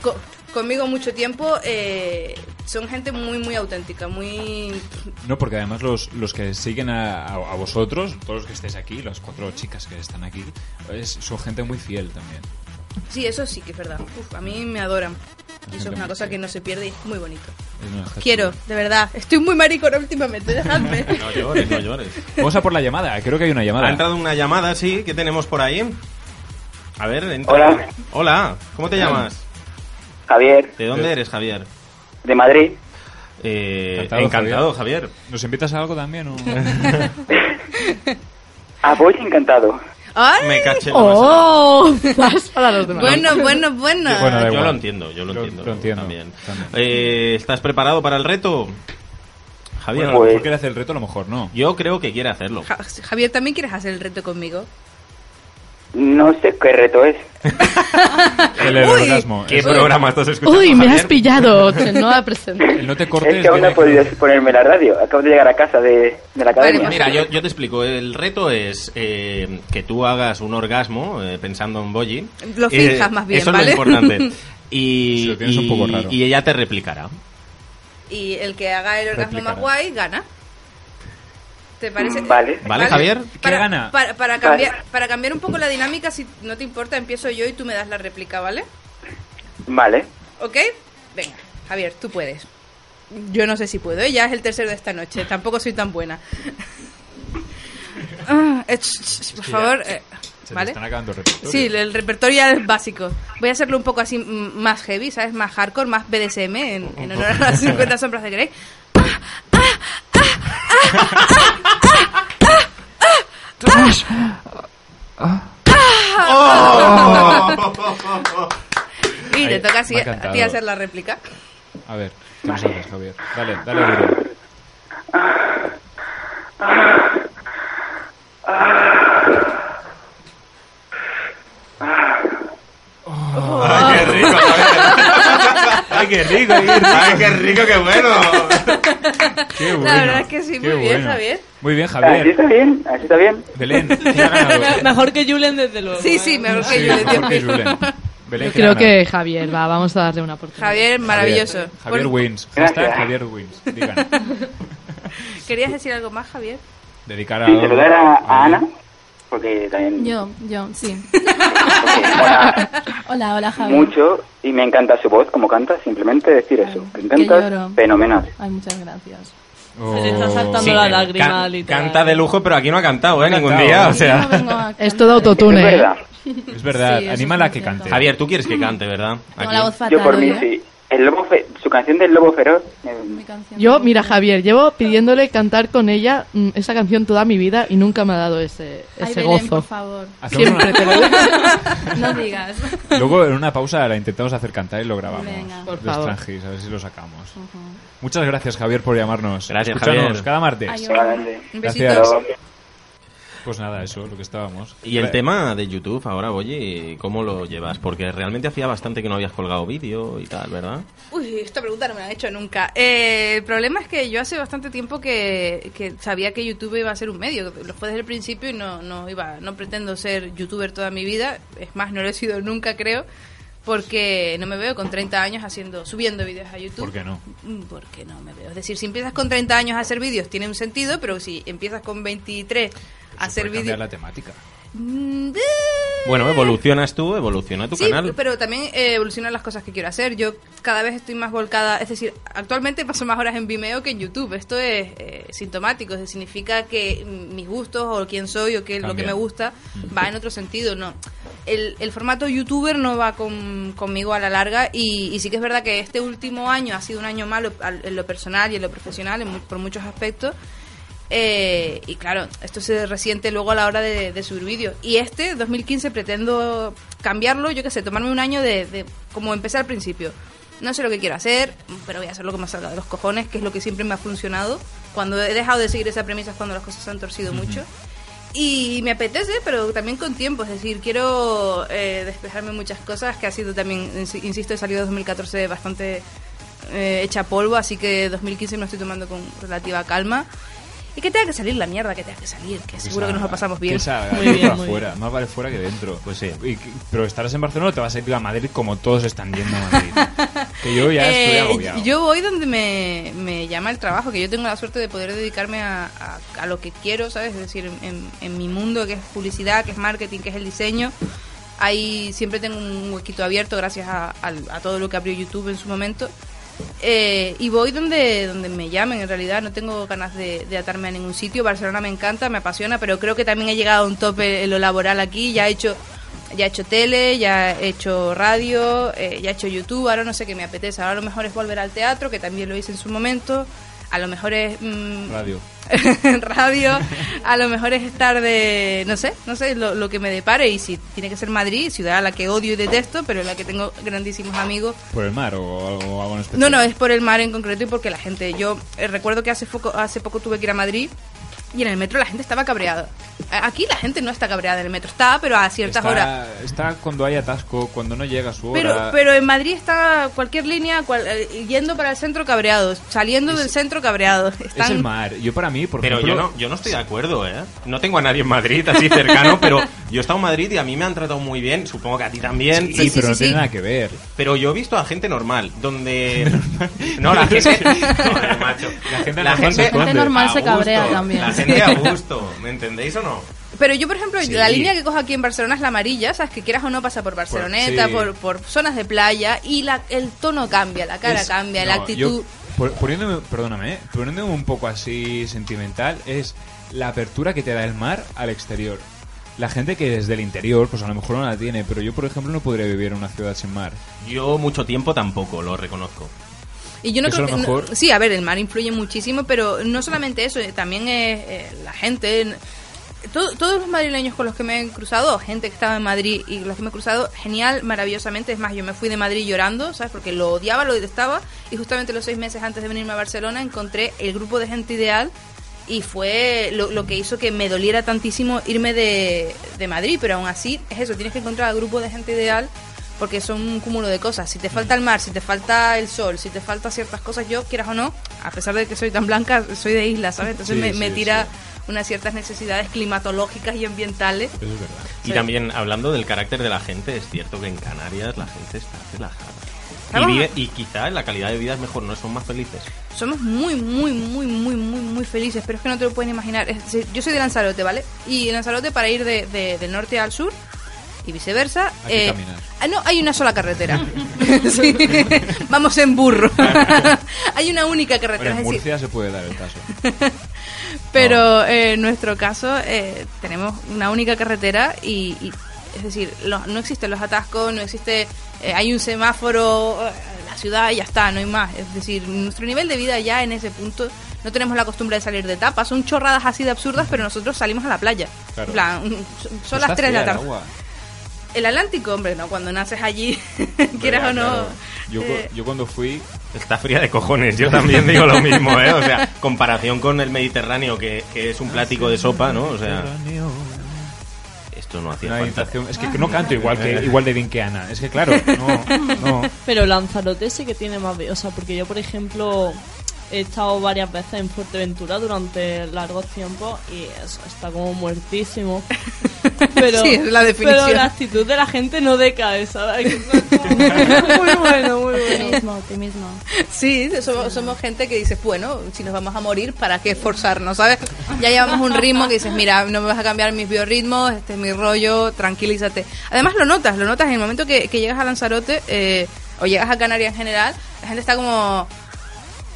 co- conmigo mucho tiempo eh, son gente muy muy auténtica, muy No, porque además los, los que siguen a, a- a vosotros, todos los que estáis aquí, las cuatro chicas que están aquí, es- son gente muy fiel también. sí, eso sí que es verdad. Uf, a mí me adoran. Y eso es una cosa que no se pierde y es muy bonito. Es una gente- Quiero, de verdad. Estoy muy maricona últimamente, *laughs* dejadme. No llores, no llores. Vamos a por la llamada, creo que hay una Ha llamada. entrado una llamada, sí, que tenemos por ahí. A ver, entra. Hola. Hola, ¿cómo te llamas? Javier. ¿De dónde eres, Javier? De Madrid. Eh, Encantado, encantado, Javier. ¿Nos invitas a algo también? o- *laughs* Ah, voy encantado. ¡Ay! Me caché. ¡Oh! Más para los demás. Bueno, bueno, bueno. yo da igual. lo entiendo, yo lo, Lo- entiendo. lo entiendo, También. también. Eh, ¿Estás preparado para el reto? Javier, Bueno, a lo mejor quiere hacer el reto, a lo mejor no. yo creo que quiere hacerlo. Ja- Javier, ¿también quieres hacer el reto conmigo? No sé qué reto es. *laughs* El, el orgasmo. ¿Qué Eso- programa estás escuchando? Uy, me has Javier? pillado. Te no la presente. El no te Es cortes. que aún no he viene- podido ponerme la radio. Acabo de llegar a casa de, de la pues, academia. Pues Mira, yo, yo te explico. El reto es eh, que tú hagas un orgasmo eh, pensando en Boyi. Lo finjas más bien, Eso ¿vale? es lo importante. Y, lo tienes un y- poco raro. y ella te replicará. Y el que haga el orgasmo Replicará. más guay gana. ¿Te parece? Vale. ¿Vale, Javier? ¿Qué Para, gana? Para, para cambiar, para cambiar un poco la dinámica, si no te importa, empiezo yo y tú me das la réplica, ¿vale? Vale. ¿Ok? Venga, Javier, tú puedes. Yo no sé si puedo, ¿eh? ya es el tercero de esta noche, tampoco soy tan buena. Ah, eh, ch- ch- por que favor, ya- eh, Se te ¿vale? están acabando el repertorio. Sí, el repertorio ya es básico. Voy a hacerlo un poco así mm, más heavy, ¿sabes? Más hardcore, más BDSM en, en honor a *laughs* las 50 sombras de Grey. *laughs* Y te Ay, toca así, me ha a ti encantado. hacer la réplica. A ver, ¿qué nos haces, Javier? Dale, dale duro. ¡Ay, qué rico! ¡Ay, qué rico! ¡Ay, qué rico, qué *laughs* bueno! Qué bueno. La verdad es que sí, muy qué bien, bueno. Javier. Muy Ah, bien, Así Javier. está bien, así está bien. Belén, ¿quién ha ganado? *laughs* Mejor que Julen, desde luego. ¿eh? Sí, sí, mejor que Sí, Julen, Dios mejor que mío. *laughs* Julen. Belén, ¿quién ha Yo creo que ganado? Javier, va, vamos a darle una oportunidad. Javier, maravilloso. Javier, Javier Por- Wins. Gracias. Hashtag Javier Wins. Digan. *laughs* ¿Querías decir algo más, Javier? Dedicar a... Sí, saludar a, a Ana, porque también Yo, yo, sí. hola. hola, hola, Javier. mucho y me encanta su voz, como canta, simplemente decir eso. Que que intentas, lloro. fenomenal. Ay, muchas gracias. Oh. Se le está saltando Sí, la can- lágrima, can- literal. canta de lujo, pero aquí no ha cantado, ¿eh? Ningún cantado. día, o sea. Es todo autotune. ¿eh? Es verdad, Sí, eso anímala a que cante. Javier, tú quieres que cante, ¿verdad? Tengo la voz Yo por fatal. mí, ¿eh? sí. El lobo fe- su canción del Lobo Feroz, eh, Yo, mira, Javier, llevo pidiéndole cantar con ella mm, esa canción toda mi vida y nunca me ha dado ese, Ay, ese Belén, gozo. por favor. Hacemos Siempre una- te lo digo. No digas. Luego en una pausa la intentamos hacer cantar y lo grabamos. Venga. Por Los favor. Strangis, a ver si lo sacamos. Muchas gracias, Javier, por llamarnos. Gracias, Escúchanos Javier. cada martes. Ay, Un Gracias. besito. Pues nada, eso, lo que estábamos. Y el tema de YouTube ahora, oye, ¿cómo lo llevas? Porque realmente hacía bastante que no habías colgado vídeo y tal, ¿verdad? *laughs* Uy, esta pregunta no me la han hecho nunca. Eh, el problema es que yo hace bastante tiempo que, que sabía que YouTube iba a ser un medio. Lo fue desde el principio y no, no, iba, no pretendo ser youtuber toda mi vida. Es más, no lo he sido nunca, creo. Porque no me veo con 30 años haciendo subiendo vídeos a YouTube. ¿Por qué no? Mm, Porque no me veo. Es decir, si empiezas con 30 años a hacer vídeos, tiene un sentido, pero si empiezas con 23 a hacer Puede cambiar vídeos... la temática. Mm, de- Bueno, evolucionas tú, evoluciona tu sí, canal. pero también eh, evolucionan las cosas que quiero hacer. Yo cada vez estoy más volcada, es decir, actualmente paso más horas en Vimeo que en YouTube. Esto es eh, sintomático, eso significa que mm, mis gustos o quién soy o qué, lo que Cambia. me gusta Mm. va en otro sentido, no. El, el formato youtuber no va con- conmigo a la larga y, y sí que es verdad que este último año ha sido un año malo al- en lo personal y en lo profesional en mu- por muchos aspectos. Eh, y claro, esto se resiente luego a la hora de, de subir vídeos. Y este, 2015, pretendo cambiarlo, yo qué sé, tomarme un año de, de como empecé al principio. No sé lo que quiero hacer, pero voy a hacer lo que me salga de los cojones, que es lo que siempre me ha funcionado. Cuando he dejado de seguir esa premisa es cuando las cosas se han torcido mucho. Y me apetece, pero también con tiempo. Es decir, quiero eh, despejarme muchas cosas, que ha sido también, ins- insisto, he salido 2014 bastante eh, hecha polvo, así que 2015 me lo estoy tomando con relativa calma. Y que tenga que salir la mierda, que tenga que salir, que seguro que nos lo pasamos bien. Que salga, Muy que bien, fuera muy fuera. Más vale fuera que dentro. Pues sí. pero estarás en Barcelona o te vas a ir a Madrid como todos están yendo a *laughs* Madrid. que yo ya Eh, estoy agobiado. yo voy donde me, me llama el trabajo, que yo tengo la suerte de poder dedicarme a, a- a lo que quiero, ¿sabes? Es decir, en, en- en mi mundo, que es publicidad, que es marketing, que es el diseño, ahí siempre tengo un huequito abierto gracias a, al- a todo lo que abrió YouTube en su momento. Eh, y voy donde, donde me llamen, en realidad no tengo ganas de, de atarme a ningún sitio. Barcelona me encanta, me apasiona, pero creo que también he llegado a un tope en lo laboral aquí, ya he hecho ya he hecho tele, ya he hecho radio, eh, ya he hecho YouTube, ahora no sé qué me apetece. Ahora a lo mejor es volver al teatro, que también lo hice en su momento. A lo mejor es mm, *laughs* Radio. radio, a lo mejor es estar de, no sé, no sé, lo, lo que me depare. Y si tiene que ser Madrid, ciudad a la que odio y detesto, pero en la que tengo grandísimos amigos ¿Por el mar o, o algo en especial? no, no, es por el mar en concreto y porque la gente. Yo eh, recuerdo que hace poco, hace poco tuve que ir a Madrid y en el metro la gente estaba cabreada. A- Aquí la gente no está cabreada en el metro, está, pero a ciertas está, horas. Está cuando hay atasco, cuando no llega su Pero, hora. pero en Madrid está cualquier línea, cual- eh, yendo para el centro cabreados, saliendo del centro cabreados. Están... Es el mar. Yo para mí, por Pero yo ejemplo... no, yo no estoy de acuerdo, ¿eh? No tengo a nadie en Madrid así cercano, pero yo he estado en Madrid y a mí me han tratado muy bien, supongo que a ti también. Sí, pero no tiene nada que ver. Pero yo he visto a gente normal, *laughs* donde... *laughs* No, la gente... Joder, macho. La gente normal se esconde. La gente normal a se cabrea gusto. también. La gente a gusto, ¿me entendéis o no? Pero yo, por ejemplo, Sí. la línea que cojo aquí en Barcelona es la amarilla, sabes que quieras o no pasa por Barceloneta, sí. por, por zonas de playa y la, el tono cambia, la cara Es- cambia, no, la yo- actitud. por- poniéndome, perdóname, eh, poniéndome un poco así sentimental, es la apertura que te da el mar al exterior. La gente que desde el interior, pues a lo mejor no la tiene, pero yo, por ejemplo, no podría vivir en una ciudad sin mar. Yo mucho tiempo tampoco, lo reconozco. Y yo no Eso creo a lo que- no- mejor- sí, a ver, el mar influye muchísimo, pero no solamente eso, eh, también eh, eh, la gente. eh, todo- todos los madrileños con los que me he cruzado, gente que estaba en Madrid y los que me he cruzado, genial, maravillosamente. Es más, yo me fui de Madrid llorando, ¿sabes? Porque lo odiaba, lo detestaba. Y justamente los seis meses antes de venirme a Barcelona encontré el grupo de gente ideal y fue lo, lo que hizo que me doliera tantísimo irme de, de Madrid. Pero aún así, es eso, tienes que encontrar al grupo de gente ideal porque son un cúmulo de cosas. Si te falta el mar, si te falta el sol, si te falta ciertas cosas, yo, quieras o no, a pesar de que soy tan blanca, soy de isla, ¿sabes? Entonces Sí, me, sí, me sí. tira unas ciertas necesidades climatológicas y ambientales. Y también hablando del carácter de la gente, es cierto que en Canarias la gente está relajada. Y, Claro. vive- y quizá la calidad de vida es mejor, no son más felices. Somos muy, muy, muy, muy, muy, muy felices, pero es que no te lo pueden imaginar. Es decir, yo soy de Lanzarote, ¿vale? Y Lanzarote para ir de- de- del norte al sur y viceversa. Hay que caminar. ah, no, hay una sola carretera. *laughs* Sí. Vamos en burro. *laughs* hay una única carretera. Bueno, en es decir, Murcia se puede dar el caso. Pero eh, en nuestro caso eh, tenemos una única carretera y, y, es decir, lo- no existen los atascos, no existe, eh, hay un semáforo, eh, la ciudad y ya está, no hay más. Es decir, nuestro nivel de vida ya en ese punto no tenemos la costumbre de salir de etapa, son chorradas así de absurdas, pero nosotros salimos a la playa. Claro. En plan, son- son las 3 de la tarde. El Atlántico, hombre, no, cuando naces allí, *laughs* *laughs* quieras o no. Yo, cu- eh, yo cuando fui... Está fría de cojones, yo también digo lo mismo, ¿eh? O sea, comparación con el Mediterráneo, que, que Ah, es un plático de sopa, ¿no? O sea, esto no hacía Una falta. Ah. habitación- Es que no canto igual que igual de bien que Ana. Es que claro, *laughs* no, no. Pero Lanzarote sí que tiene más vida. O sea, porque yo, por ejemplo, he estado varias veces en Fuerteventura durante largos tiempos y eso, está como *laughs* muertísimo. Pero, Sí, es la definición. Pero la actitud de la gente no *laughs* decae, ¿sabes? muy bueno, muy bueno. Optimismo, optimismo. Sí, somos, somos gente que dices, bueno, si nos vamos a morir, ¿para qué esforzarnos? ¿Sabes? Ya llevamos un ritmo que dices, mira, no me vas a cambiar mis biorritmos, este es mi rollo, tranquilízate. Además lo notas, lo notas en el momento que, que llegas a Lanzarote eh, o llegas a Canarias en general, la gente está como,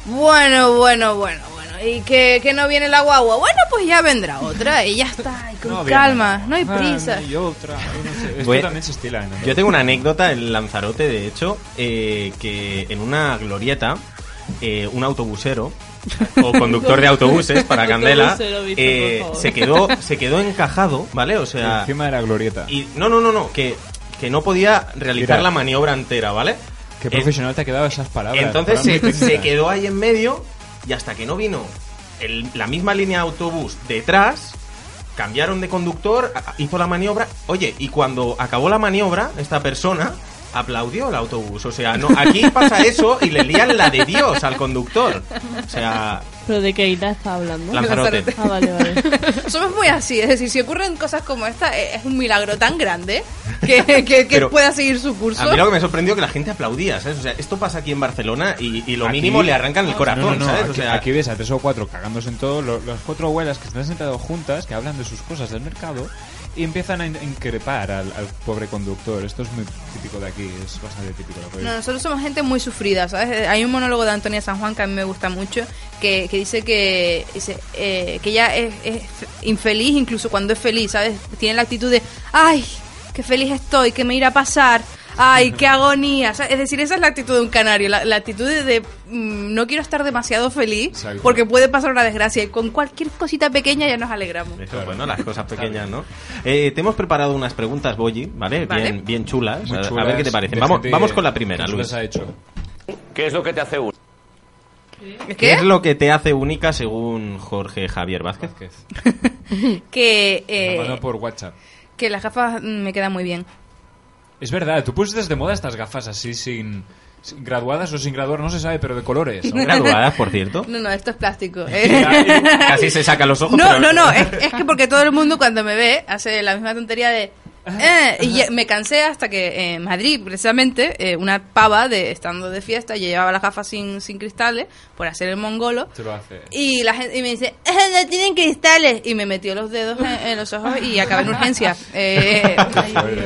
bueno, bueno, bueno, bueno. Y que, que no viene la guagua. Bueno, pues ya vendrá otra y ya está. y con No viene Ah, calma, no hay prisa. Y otra, eh, yo no sé. Esto Voy- también se estila. ¿no? Yo tengo una anécdota en Lanzarote, de hecho, eh, que en una glorieta, eh, un autobusero *laughs* o conductor de autobuses para Candela Autobusero, Víctor, eh, por favor. se quedó se quedó encajado, ¿vale? O sea, Encima de la glorieta. y no no no no que que no podía realizar Mira. la maniobra entera, ¿vale? Qué Eh, profesional te ha quedado esas palabras. Entonces se, Realmente se mira. quedó ahí en medio y hasta que no vino el- la misma línea de autobús detrás, cambiaron de conductor, a- hizo la maniobra. Oye, y cuando acabó la maniobra, esta persona aplaudió el autobús. O sea, no, aquí pasa eso y le lían la de Dios al conductor. O sea, Pero de qué isla está hablando. Lanzarote. Ah, vale, vale. *laughs* Somos muy así, es decir, si ocurren cosas como esta, eh, es un milagro tan grande que, que- que Pero- pueda seguir su curso. a mí lo que me sorprendió que la gente aplaudía, ¿sabes? O sea, esto pasa aquí en Barcelona y, y lo mínimo le arrancan el corazón, No, no, no, ¿sabes? Aquí, o sea, aquí ves a tres o cuatro cagándose en todo, lo- las cuatro abuelas que están sentadas juntas, que hablan de sus cosas del mercado y empiezan a in- a increpar al, al pobre conductor. Esto es muy típico de aquí, es bastante típico. lo Pues- que- No, nosotros somos gente muy sufrida, ¿sabes? Eh, Hay un monólogo de Antonia San Juan que a mí me gusta mucho, que, que dice que dice, eh, que ella es, es infeliz incluso cuando es feliz, ¿sabes? Tiene la actitud de, ay, qué feliz estoy, que me irá a pasar, ay, qué agonía. ¿sabes? Es decir, esa es la actitud de un canario, la, la actitud de, de, mm, no quiero estar demasiado feliz Exacto. porque puede pasar una desgracia y con cualquier cosita pequeña ya nos alegramos. Eso, bueno, las cosas pequeñas, ¿no? Eh, te hemos preparado unas preguntas, Boyi, ¿vale? Vale. Bien, bien chulas. Muy A- A chulas, ver qué te parecen. de Vamos, gente vamos con la que primera, se Luis. las ha hecho. ¿Qué es lo que te hace uno? ¿Qué es lo que te hace única según Jorge Javier Vázquez? Que, Me eh, ha mandado por WhatsApp. que las gafas mm, me quedan muy bien. Es verdad, tú pusiste de moda estas gafas así sin, sin graduadas o sin graduar, no se sabe, pero de colores. Son graduadas, por cierto. No, no, esto es *laughs* plástico. Eh. Casi se saca los ojos. No, pero- no, *laughs* no, es, es que porque todo el mundo cuando me ve hace la misma tontería de... Ah, eh, y ya- me cansé hasta que eh, en Madrid, precisamente, eh, una pava de estando de fiesta, yo llevaba las gafas sin, sin cristales por hacer el mongolo. Te lo hace. Y la gente y me dice, "Eh, no tienen cristales. Y me metió los dedos en, en los ojos y acabé en *laughs* urgencia. Eh,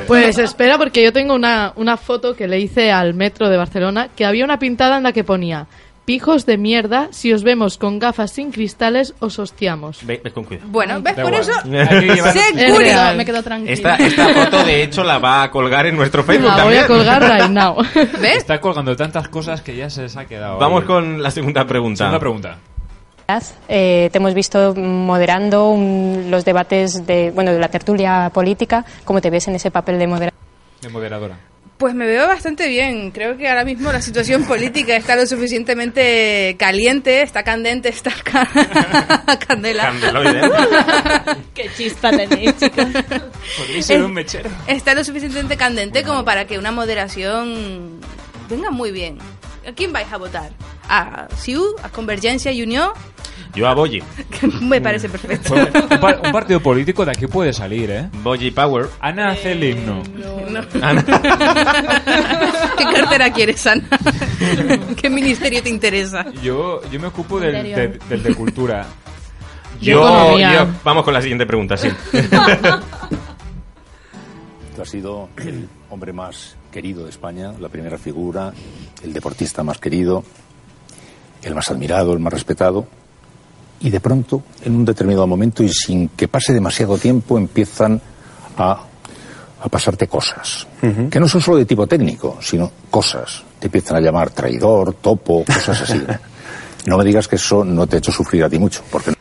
Pues espera, porque yo tengo una, una foto que le hice al metro de Barcelona que había una pintada en la que ponía: Pijos de mierda, si os vemos con gafas sin cristales, os hostiamos. Ve, ve con cuidado. bueno, ¿ves? Da Por igual. eso... Hay que llevar- sé Es curia. real. Me quedo tranquila. Esta, esta foto, de hecho, la va a colgar en nuestro Facebook *laughs* La voy también. a colgar right now. ¿Ves? Está colgando tantas cosas que ya se les ha quedado. Vamos ahí. con la segunda pregunta. Segunda pregunta. *laughs* Eh, te hemos visto moderando un- los debates de, bueno, de la tertulia política. ¿Cómo te ves en ese papel de moderador? De moderadora. Pues me veo bastante bien. Creo que ahora mismo la situación política está lo suficientemente caliente, está candente, está ca- candela. *laughs* Qué chispa tenéis, chicos. Podría ser Eh, un mechero. Está lo suficientemente candente como para que una moderación venga muy bien. ¿A quién vais a votar? ¿A SIU? ¿A Convergencia y Unión? Yo a Boyi. *laughs* Me parece perfecto. Pues, un, par- un partido político de aquí puede salir, ¿eh? Boji Power. Ana hace el himno. *laughs* No. Ah, *laughs* ¿Qué cartera quieres, Ana? *laughs* ¿Qué ministerio te interesa? Yo, yo me ocupo del de, Interior. del de cultura. Yo, yo- vamos con la siguiente pregunta, *laughs* sí. Tú has sido el hombre más querido de España, la primera figura, el deportista más querido, el más admirado, el más respetado. Y de pronto, en un determinado momento y sin que pase demasiado tiempo, empiezan a, a pasarte cosas. Que no son solo de tipo técnico, sino cosas. Te empiezan a llamar traidor, topo, *laughs* cosas así. No me digas que eso no te ha hecho sufrir a ti mucho, porque Te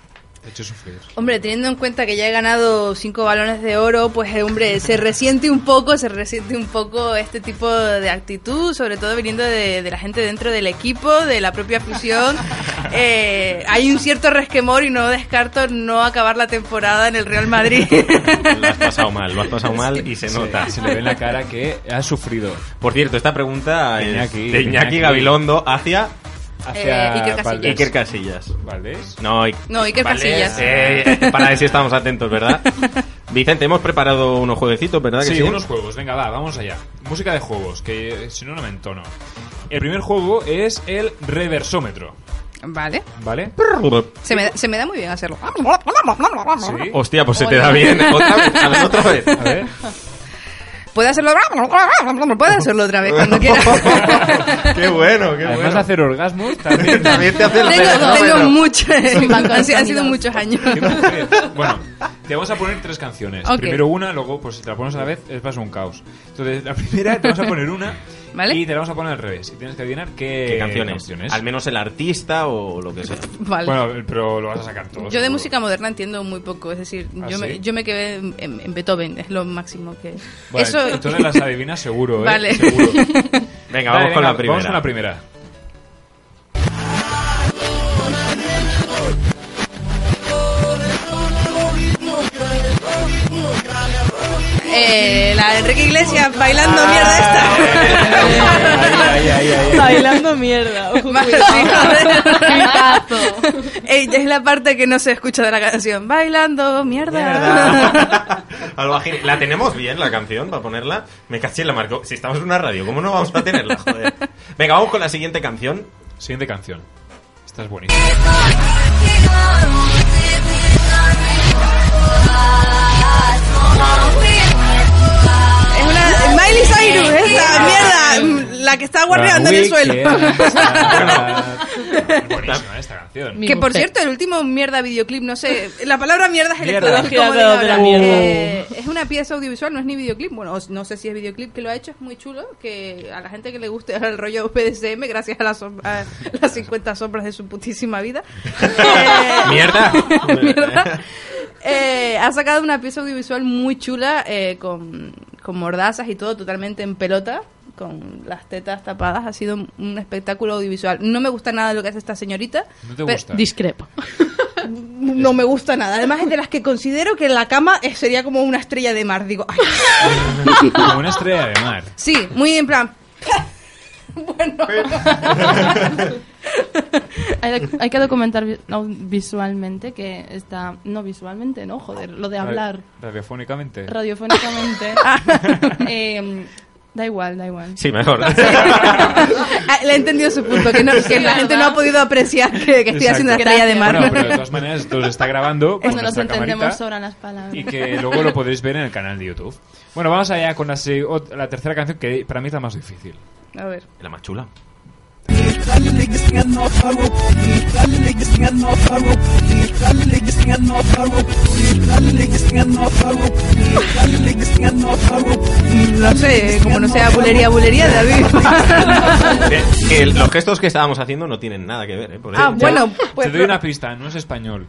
he hecho sufrir. Hombre, teniendo en cuenta que ya he ganado cinco balones de oro, pues eh, hombre, se resiente un poco, se resiente un poco este tipo de actitud, sobre todo viniendo de, de la gente dentro del equipo, de la propia *laughs* afición. Eh, hay un cierto resquemor y no descarto no acabar la temporada en el Real *laughs* Madrid. Lo has pasado mal, lo has pasado mal y se Sí, nota. se le ve en la cara que ha sufrido. Por cierto, esta pregunta es Iñaki, de Iñaki, Iñaki. Gabilondo hacia... Eh, Iker Casillas. Valdés. Iker Casillas. ¿Valdés? No, I- No, Iker Valdés, Casillas. eh, para ver si estamos atentos, *laughs* ¿verdad? Vicente, hemos preparado unos jueguecitos, ¿verdad? que Sí, sí? unos juegos. Venga, va, vamos allá. Música de juegos, que eh, si no, no me entono. El primer juego es el reversómetro, Vale. ¿vale? Se me, se me da muy bien hacerlo. Sí. Hostia, pues se te da bien. Otra vez, a ver, otra vez. A ver. *laughs* Puedo hacerlo. Puedo hacerlo otra vez cuando quiera. *laughs* *laughs* Qué bueno, qué Además de hacer *laughs* orgasmos, *laughs* también, también te hace Tengo, tengo mucho. Han sido- han sido muchos años. Bueno, te vamos a poner tres canciones. Ok. Primero una, luego, pues si te la pones a la vez, es vas a un caos. Entonces, la primera te vamos a poner una y te la vamos a poner al revés. Y tienes que adivinar qué, ¿Qué canciones? Al menos el artista o lo que sea. *laughs* Vale. Bueno, pero lo vas a sacar todo. Yo de seguro. música moderna entiendo muy poco, es decir, ¿Ah, yo, me, sí? yo me quedé en, en Beethoven, es lo máximo que... Vale, entonces las adivinas seguro, ¿eh? Vale. Seguro. Venga, vamos con la primera. Vamos con *laughs* la primera. *laughs* Eh, la de Enrique Iglesias bailando Ah, mierda *laughs* esta. Bailando mierda. Ojo, Más cuidado. así, *laughs* Pitazo. Eh, es la parte que no se escucha de la canción. Bailando mierda. Al bajín. ¿La tenemos bien, la canción, para ponerla? Me caché la marco. Si estamos en una radio, ¿cómo no vamos a tenerla? Joder. Venga, vamos con la siguiente canción. Siguiente canción. Esta es buenísima. Es una es Miley Cyrus, esa mierda, mm, la que está guardeando en el suelo. *laughs* Buenísima esta canción. Que por cierto, el último mierda videoclip, no sé, la palabra mierda es el Mierda. estudio, ¿cómo Mierda, digo otra ahora? mierda. Eh, es una pieza audiovisual, no es ni videoclip, bueno, os- no sé si es videoclip que lo ha hecho, es muy chulo, que a la gente que le guste el rollo PDCM, gracias a, las som- a las 50 sombras de su putísima vida, Eh, Mierda. *laughs* Mierda. eh, ha sacado una pieza audiovisual muy chula eh, con, con mordazas y todo totalmente en pelota, con las tetas tapadas. Ha sido un espectáculo audiovisual. No me gusta nada lo que hace esta señorita. No te pe- *laughs* gusta. Discrepo. No me gusta nada. Además es de las que considero que la cama eh, sería como una estrella de mar. Digo, ay, Como *laughs* una estrella de mar. sí, muy en plan... bueno. Hay, hay que documentar vi- no, visualmente que está... No visualmente, no, joder, lo de hablar Ra- Radiofónicamente. *laughs* Ah. radiofónicamente. *laughs* eh, da igual, da igual. Sí, *laughs* mejor. Ah, Le he entendido su punto, que, no- que la gente no ha podido apreciar que, que estoy haciendo Exacto. estrella de mar. Bueno, pero de todas maneras, esto se está grabando con Cuando nos nuestra entendemos camarita sobran las palabras. y que luego lo podréis ver en el canal de YouTube. Bueno, vamos allá con la, se- ot- la tercera canción que para mí es la más difícil. A ver. La más chula. No sé, como no sea bulería, bulería, David. Bien, Eh, Que los gestos que estábamos haciendo no tienen nada que ver, ¿eh? Por Ah, eso- bueno, pues- Te doy una pista, no es español.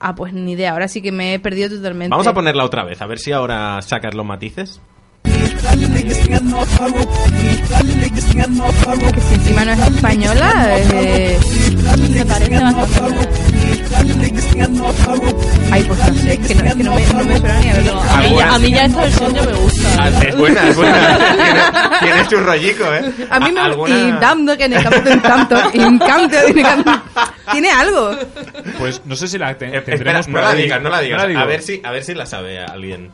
Ah, pues ni idea, ahora sí que me he perdido totalmente. Vamos a ponerla otra vez, a ver si ahora sacas los matices. Que si encima no es española, eh, Ay, pues no sé, es que no, es que no me, no me suena ni a verlo. A mí ya- a mí ya esta versión ya me gusta. Ah, Es buena, *laughs* es buena. Tiene- Tiene su rollico, ¿eh? A mí me ¿Alguna? Y dando que encanto, encanto, encanto, encanto. Tiene algo. Pues no sé si la te- Espera, tendremos no por la ahí. digas, no la digas. digo. a, ver si, a ver si la sabe alguien.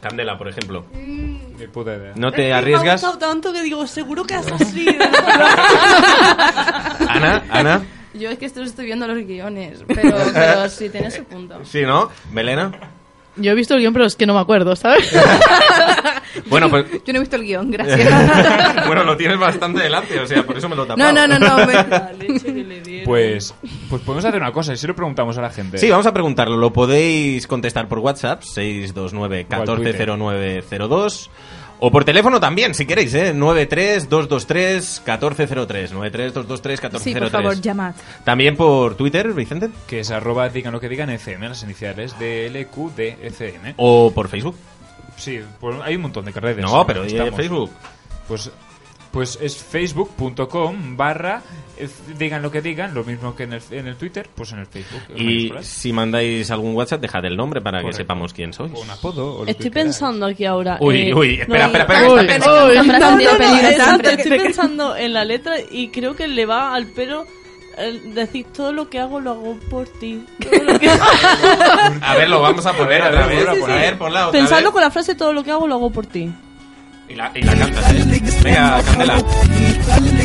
Candela, por ejemplo. Ni puta idea. No te arriesgas. Me ha gustado tanto que digo, seguro que has así. Ana, Ana. *laughs* Yo es que esto estoy viendo los guiones, pero, pero sí, tiene su punto. Sí, ¿no? Melena. Yo he visto el guión, pero es que no me acuerdo, ¿sabes? Bueno, pues. Yo no he visto el guión, gracias. *laughs* bueno, lo tienes bastante delante, o sea, por eso me lo tapaba. No, no, no, no. me- Pues, pues podemos hacer una cosa, y si lo preguntamos a la gente. Sí, vamos a preguntarlo. Lo podéis contestar por WhatsApp, 629-140902. O por teléfono también, si queréis, ¿eh? 93-223-1403. 93-223-1403. *laughs* Sí, por favor, llamad. También por Twitter, Vicente. Que es arroba digan lo que digan FM, las iniciales de LQDFM. O por Facebook. Sí, pues hay un montón de redes. No, ¿no? pero ¿y Estamos. Facebook? Pues, pues es facebook.com barra eh, digan lo que digan, lo mismo que en el, en el Twitter, pues en el Facebook. en Y mayúsculas. si mandáis algún WhatsApp, dejad el nombre para que sepamos quién sois. Un apodo. o lo Estoy que queráis. pensando aquí ahora. Uy, eh, uy, espera, espera, espera, que no, está no, pensando. no, Hombre, no, tanto no, peligro, exacto, tanto. *laughs* Estoy pensando en la letra y creo que le va al pelo eh, decir todo lo que hago lo hago por ti. *laughs* Todo *laughs* lo que- A ver, lo vamos a poner A ver, otra a vez. ver, sí, sí, A ver, ponla otra Pensando con la frase todo lo que hago lo hago por ti. vez. Y la, y la cantas, ¿eh? Venga, Candela.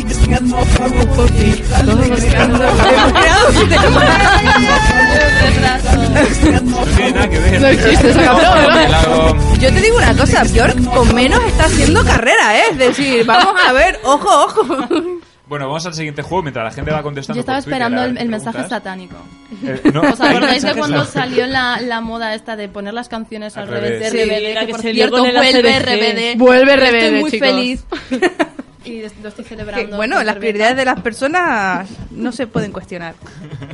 *laughs* No existe esa canción, ¿no? Yo te digo una cosa, Bjork con menos está haciendo carrera, ¿eh? Es decir, vamos a ver, ojo, ojo. Bueno, vamos al siguiente juego mientras la gente va contestando. Yo estaba por Twitter esperando a el, las el mensaje preguntas. satánico. *laughs* Eh, no, ¿Os hay acordáis de mensajes cuando no. salió la, la moda esta de poner las canciones al, Al revés, de revés. Sí, RBD? la que que por se lió cierto, con el vuelve ACDG. RBD. Vuelve Estoy RBD, muy chicos. *laughs* feliz. y lo estoy celebrando. bueno, con las cerveza. prioridades de las personas no se pueden cuestionar.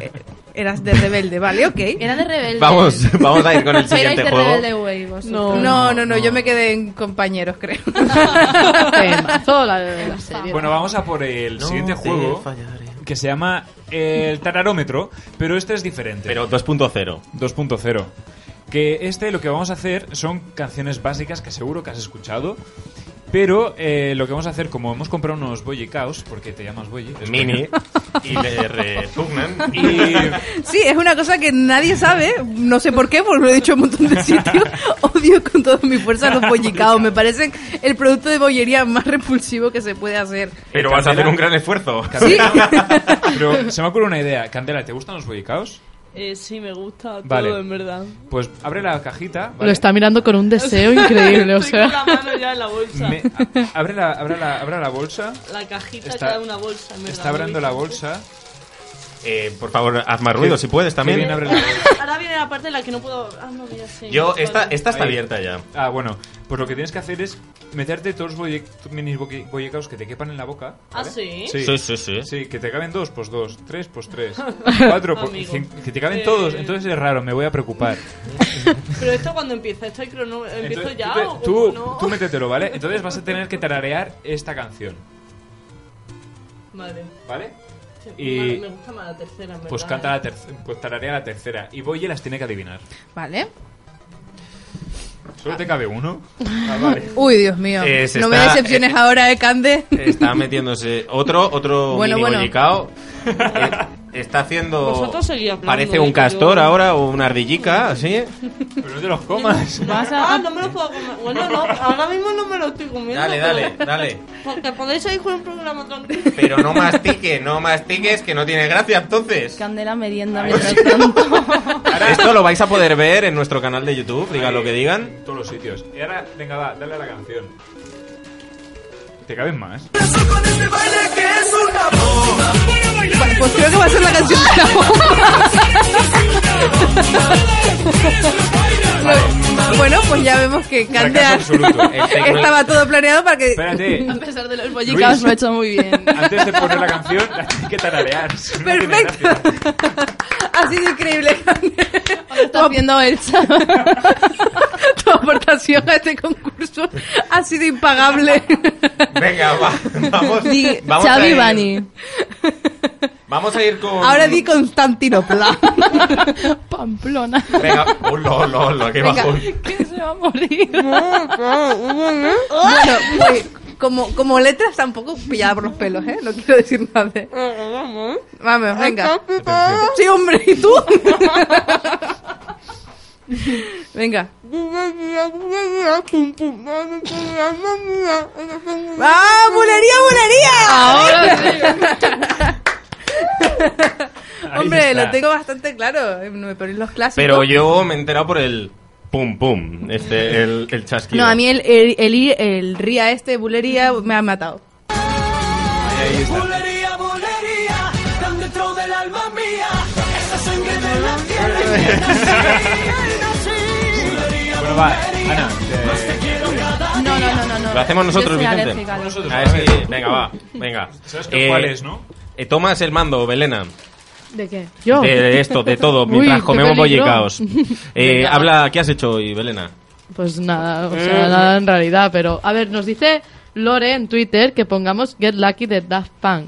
Eh, Eras de rebelde, ¿vale? Ok. Era de rebelde. Vamos, vamos a ir con el siguiente Erais de juego. Rebelde Way, vosotros. No, no, no, yo me quedé en compañeros, *laughs* creo. Bueno, vamos a por el siguiente te juego que se llama el tararómetro, pero este es diferente. Pero 2.0. 2.0. Que este lo que vamos a hacer son canciones básicas que seguro que has escuchado. Pero eh, lo que vamos a hacer, como hemos comprado unos Boy Caos, porque te llamas Boy. Mini. Y le *laughs* repugnan. Sí, es una cosa que nadie sabe, no sé por qué, porque lo he dicho en un *laughs* montón de sitios. Odio con toda mi fuerza los bollicaos, me parecen el producto de bollería más repulsivo que se puede hacer. Pero vas a hacer un gran esfuerzo. *laughs* Pero se me ocurre una idea. Candela, ¿te gustan los Boy Caos? Eh, sí, me gusta todo, Vale. en verdad. Pues abre la cajita. Lo ¿vale? está mirando con *laughs* un deseo increíble, o Estoy con la sea. mano ya en la bolsa. Me- a- abre, la, abre, la, abre la bolsa. La cajita Está- cada una bolsa, en verdad. Está abriendo la bolsa. Eh, por favor, haz más ruido si puedes también. Qué bien abre la bolsa. Ahora viene la parte en la que no puedo... Ah, no, mira, sí. Yo, esta, Vale. esta está Ahí. abierta ya. Ah, bueno, pues lo que tienes que hacer es meterte todos los bolle- mini bolle- bollecaos que te quepan en la boca. Ah, ¿vale? ¿sí? Sí, sí, sí. que te caben dos, pues dos. Tres, pues *laughs* tres. Cuatro, pues Amigo. cinco. Que te caben Eh. todos, entonces es raro, me voy a preocupar. Pero esto cuando empieza, esto hay crono... *laughs* ¿Empiezo Entonces, ya tú, te- o tú, no? tú métetelo, ¿vale? Entonces vas a tener que tararear esta canción, Vale. ¿vale? Sí, Y- Me gusta más la tercera, en verdad. eh. Pues canta la tercera, pues tararea la tercera. Y Boye las tiene que adivinar. Vale. Solo te cabe uno. Ah, Uy, Dios mío. Eh, se no me está- decepciones ahora, eh, *laughs* Cande. Está metiéndose otro, otro Bueno, mini bueno. *laughs* bollicao. Eh, está haciendo. Vosotros seguid hablando, Parece eh, un que castor yo- ahora o una ardillica, así. Pero no te los comas. Ah, no me lo puedo comer. Bueno, no, ahora mismo no me lo estoy comiendo. Dale, pero- dale, dale. Porque podéis seguir con el programa tranquilo. Pero no mastique, no mastiques, que no tiene gracia entonces. Candela merienda mientras tanto. Esto lo vais a poder ver en nuestro canal de YouTube, digan lo que digan. En todos los sitios. Y ahora, venga, va, dale a la canción. ¿Te caben más? Pues creo que va a ser la canción de la bomba. Bueno, pues ya vemos que Cantea Fracaso *laughs* absoluto. El técnico- estaba todo planeado para que... Espérate. A pesar de los bollicaos, Luis. lo ha hecho muy bien. Antes de poner la canción, hay que tararear. si no, no tiene gracia. Ha sido increíble. Está haciendo el *laughs* Tu aportación a este concurso ha sido impagable. Venga, *laughs* va, vamos. Di- vamos, a Xavi ir, Bani. vamos a ir con. Ahora di Constantinopla. Pamplona. Venga, oh, lo, lo, lo, que Venga. bajo. que se va a morir. bueno, pues, como, como letras tampoco pillada por los pelos, ¿eh? No quiero decir nada. de- Vamos, venga. ah. Sí, hombre, ¿y tú? *laughs* venga. ¡Ah, bulería, bulería! Ahora Hombre, está. lo tengo bastante claro. eh, Me ponéis los ¿Ah, clásicos. Pero yo me he enterado por el pum pum, este, el, el chasquido. No, a mí el, el, el- el ría este, bulería, me ha matado. Ahí está. Bulería, bulería, tan dentro del alma mía. Esa sangre de la tierra que *laughs* nací, y nací. Bueno, va, Ana. No, no, no, no. no. ¿Lo hacemos Yo nosotros, soy Vicente? alérgica a los- A ver si- Venga, va, venga. ¿Sabes que cuál es, no? eh, tomas el mando, Belena. ¿De qué? ¿Yo? De esto, de todo, Uy, mientras qué comemos peligro. *laughs* bollicaos. Eh, habla, ¿qué has hecho hoy, Belena? Pues nada, o Eh. sea, nada en realidad, pero... A ver, nos dice Lore en Twitter que pongamos Get Lucky de Daft Punk.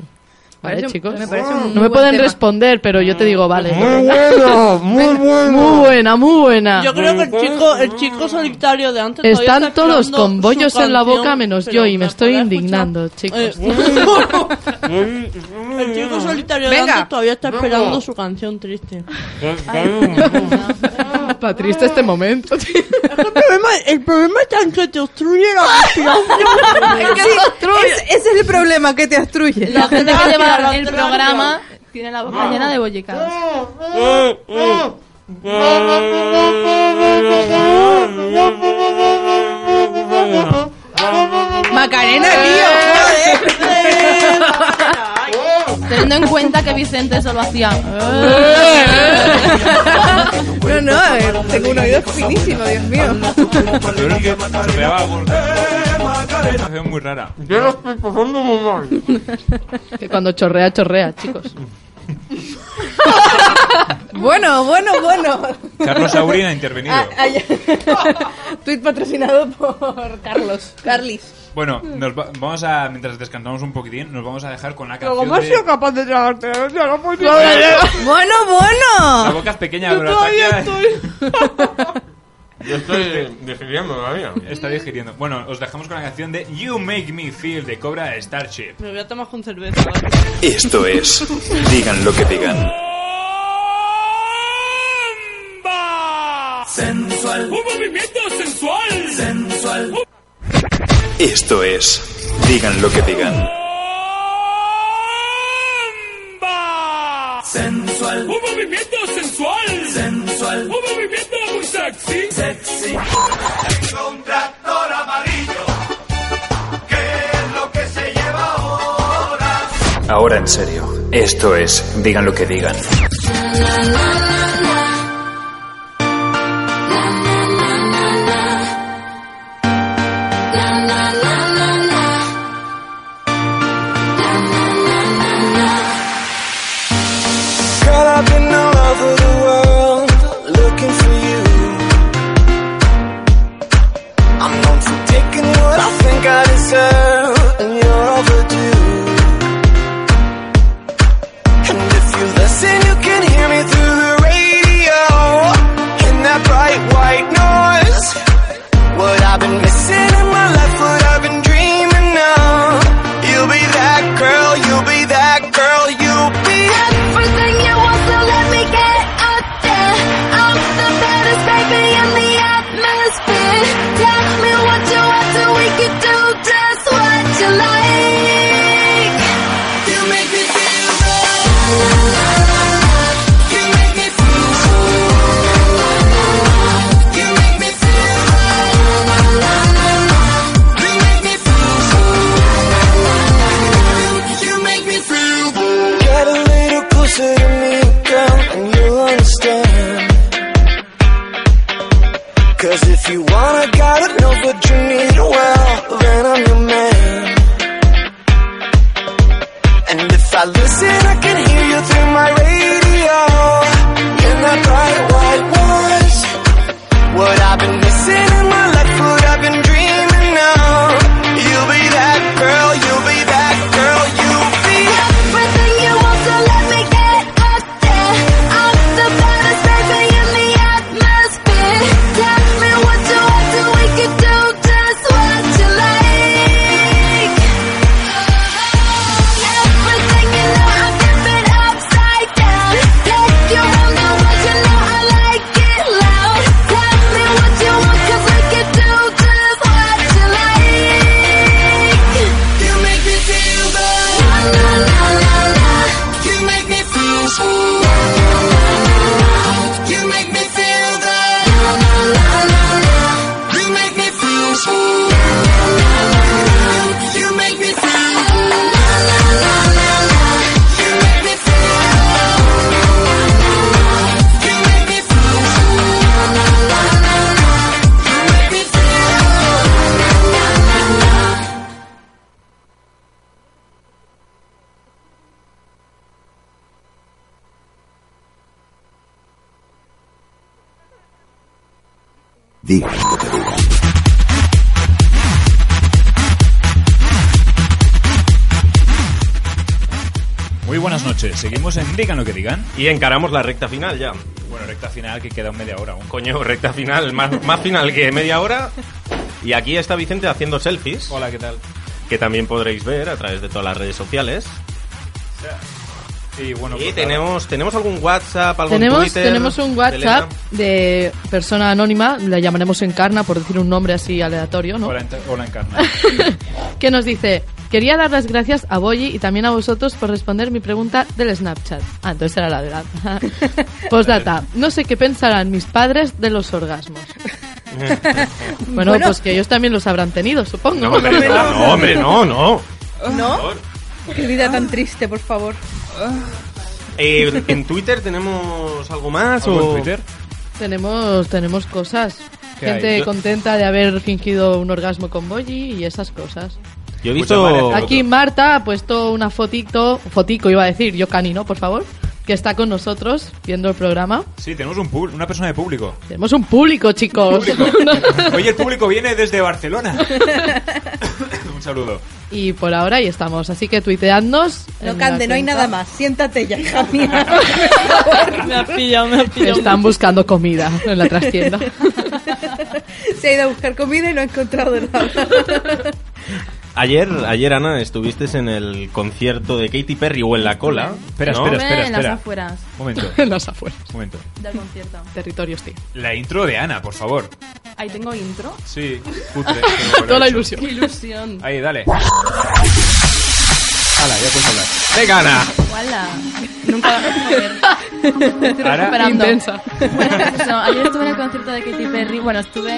¿Vale, Parece un- chicos? me parece un muy no me buen pueden tema. responder, pero yo te digo, vale. Muy bueno, *laughs* muy bueno. Muy buena, muy buena. Yo creo que el chico, el chico solitario de antes todavía Están está todos esperando con su bollos en la canción, boca menos pero yo y me no estoy podrá indignando, *laughs* chicos. escuchar. *laughs* El chico solitario de Venga. antes todavía está Vamos. esperando su canción triste. Eh, *laughs* Pa' triste este momento. *laughs* El problema, el problema está en que te obstruye la *laughs* Es que es- ese es el problema que te obstruye. La gente *laughs* que lleva el programa tiene la boca llena de bollicaos. Macarena, tío. Teniendo en cuenta que Vicente solo hacía. eh. *laughs* No, no, eh, tengo un oído finísimo, Dios mío. Yo creo que se pegaba por- Una canción muy rara. Yo lo estoy pasando muy mal. Que cuando chorrea, chorrea, chicos. Bueno, bueno, bueno. Carlos Saurín ha *laughs* intervenido. Ah, ah, ya. Tweet patrocinado por Carlos. Carlis. Bueno, nos va- vamos a, mientras descansamos un poquitín, nos vamos a dejar con la Pero canción como has de... sido capaz de tragarte la leche, no puedo Bueno, La bueno. boca es pequeña, Yo pero todavía la taquia- Yo estoy digiriendo todavía. Está digiriendo. Bueno, os dejamos con la canción de You Make Me Feel de Cobra Starship. Me voy a tomar con cerveza. Esto es, digan lo que digan. Sensual. Un movimiento sensual. Sensual. Esto es, digan lo que digan. Ah, Sensual. Un movimiento sensual. Sensual. Un movimiento muy sexy. Sexy. Tengo un tractor amarillo. ¿Qué es lo que se lleva ahora? Ahora en serio, esto es, digan lo que digan. Girl, I've been all over the world looking for you. I'm known for taking what I think I deserve, and you're overdue. And if you listen, you can hear me through the And if I listen, I can hear you through my radio. In that bright white voice, what I've been missing in my life, what I've been dreaming of. You'll be that girl, you'll be that girl, you'll be everything you want. So let me get out there. I'm the baddest baby in the atmosphere. Tell me what you want, so we can do just what you like. Everything you know, I flip it upside down. Take you round the world, you know I like it loud. Tell me what you want, 'cause we can do just what you like. You make me feel good. La la la la la. You make me feel sweet. La la la la la. You make me feel good. La la la la la. You make me feel sweet. La la la la la. You make me feel. La la la la la la. You make me feel. You make me feel sweet. La la la la la. You make me feel. La la la la la. Digan lo que digan. Muy buenas noches. Seguimos en Digan lo que digan. Y encaramos la recta final ya. Bueno, recta final que queda media hora aún. Coño, recta final, más, más final que media hora. Y aquí está Vicente haciendo selfies. Hola, ¿qué tal? Que también podréis ver a través de todas las redes sociales. Y bueno, pues, Y tenemos, tenemos algún WhatsApp, algún Tenemos, Twitter. tenemos un WhatsApp de persona anónima, la llamaremos Encarna por decir un nombre así aleatorio, ¿no? Hola, Ent- hola, Encarna. *laughs* Que nos dice, quería dar las gracias a Boyi y también a vosotros por responder mi pregunta del Snapchat. Ah, entonces era la *laughs* de la... Postdata, no sé qué pensarán mis padres de los orgasmos. Bueno, Bueno. pues que ellos también los habrán tenido, supongo. No, hombre, *laughs* no, no, hombre, no, no. ¿No? Qué vida tan triste, por favor. Eh, ¿En Twitter tenemos algo más? ¿Algo en o... Twitter? Tenemos, tenemos cosas. ¿Qué Gente hay? Yo- contenta de haber fingido un orgasmo con Boyi y esas cosas. Yo he Muchas visto... gracias. Aquí Marta ha puesto una fotito, fotico iba a decir, yo canino, por favor, que está con nosotros viendo el programa. Sí, tenemos un pub- una persona de público. *laughs* Tenemos un público, chicos. Oye, el público viene desde Barcelona. *laughs* *laughs* un saludo. y por ahora ahí estamos, así que tuiteadnos. No en cande, la no hay cuenta. nada más. Siéntate ya, hija mía. Me has pillado, me has pillado. Están buscando comida en la trastienda. Se ha ido a buscar comida y no ha encontrado nada. Ayer, ayer, Ana, estuviste en el concierto de Katy Perry o en la cola. Espera, ¿no? espera, espera, en las espera. afueras. Un momento. En *laughs* las afueras. Un momento. Del concierto. Territorio hostil. La intro de Ana, por favor. Ahí tengo intro. Sí, *laughs* cutre. pero bueno, Toda la hecho. ilusión. Qué ilusión. Ahí, dale. Hala, ya puedes hablar. ¡Venga, Ana! Wala. Nunca. Joder. Estoy Ahora- recuperando. Intensa. Bueno, eso, ayer estuve en el concierto de Katy Perry. Bueno, estuve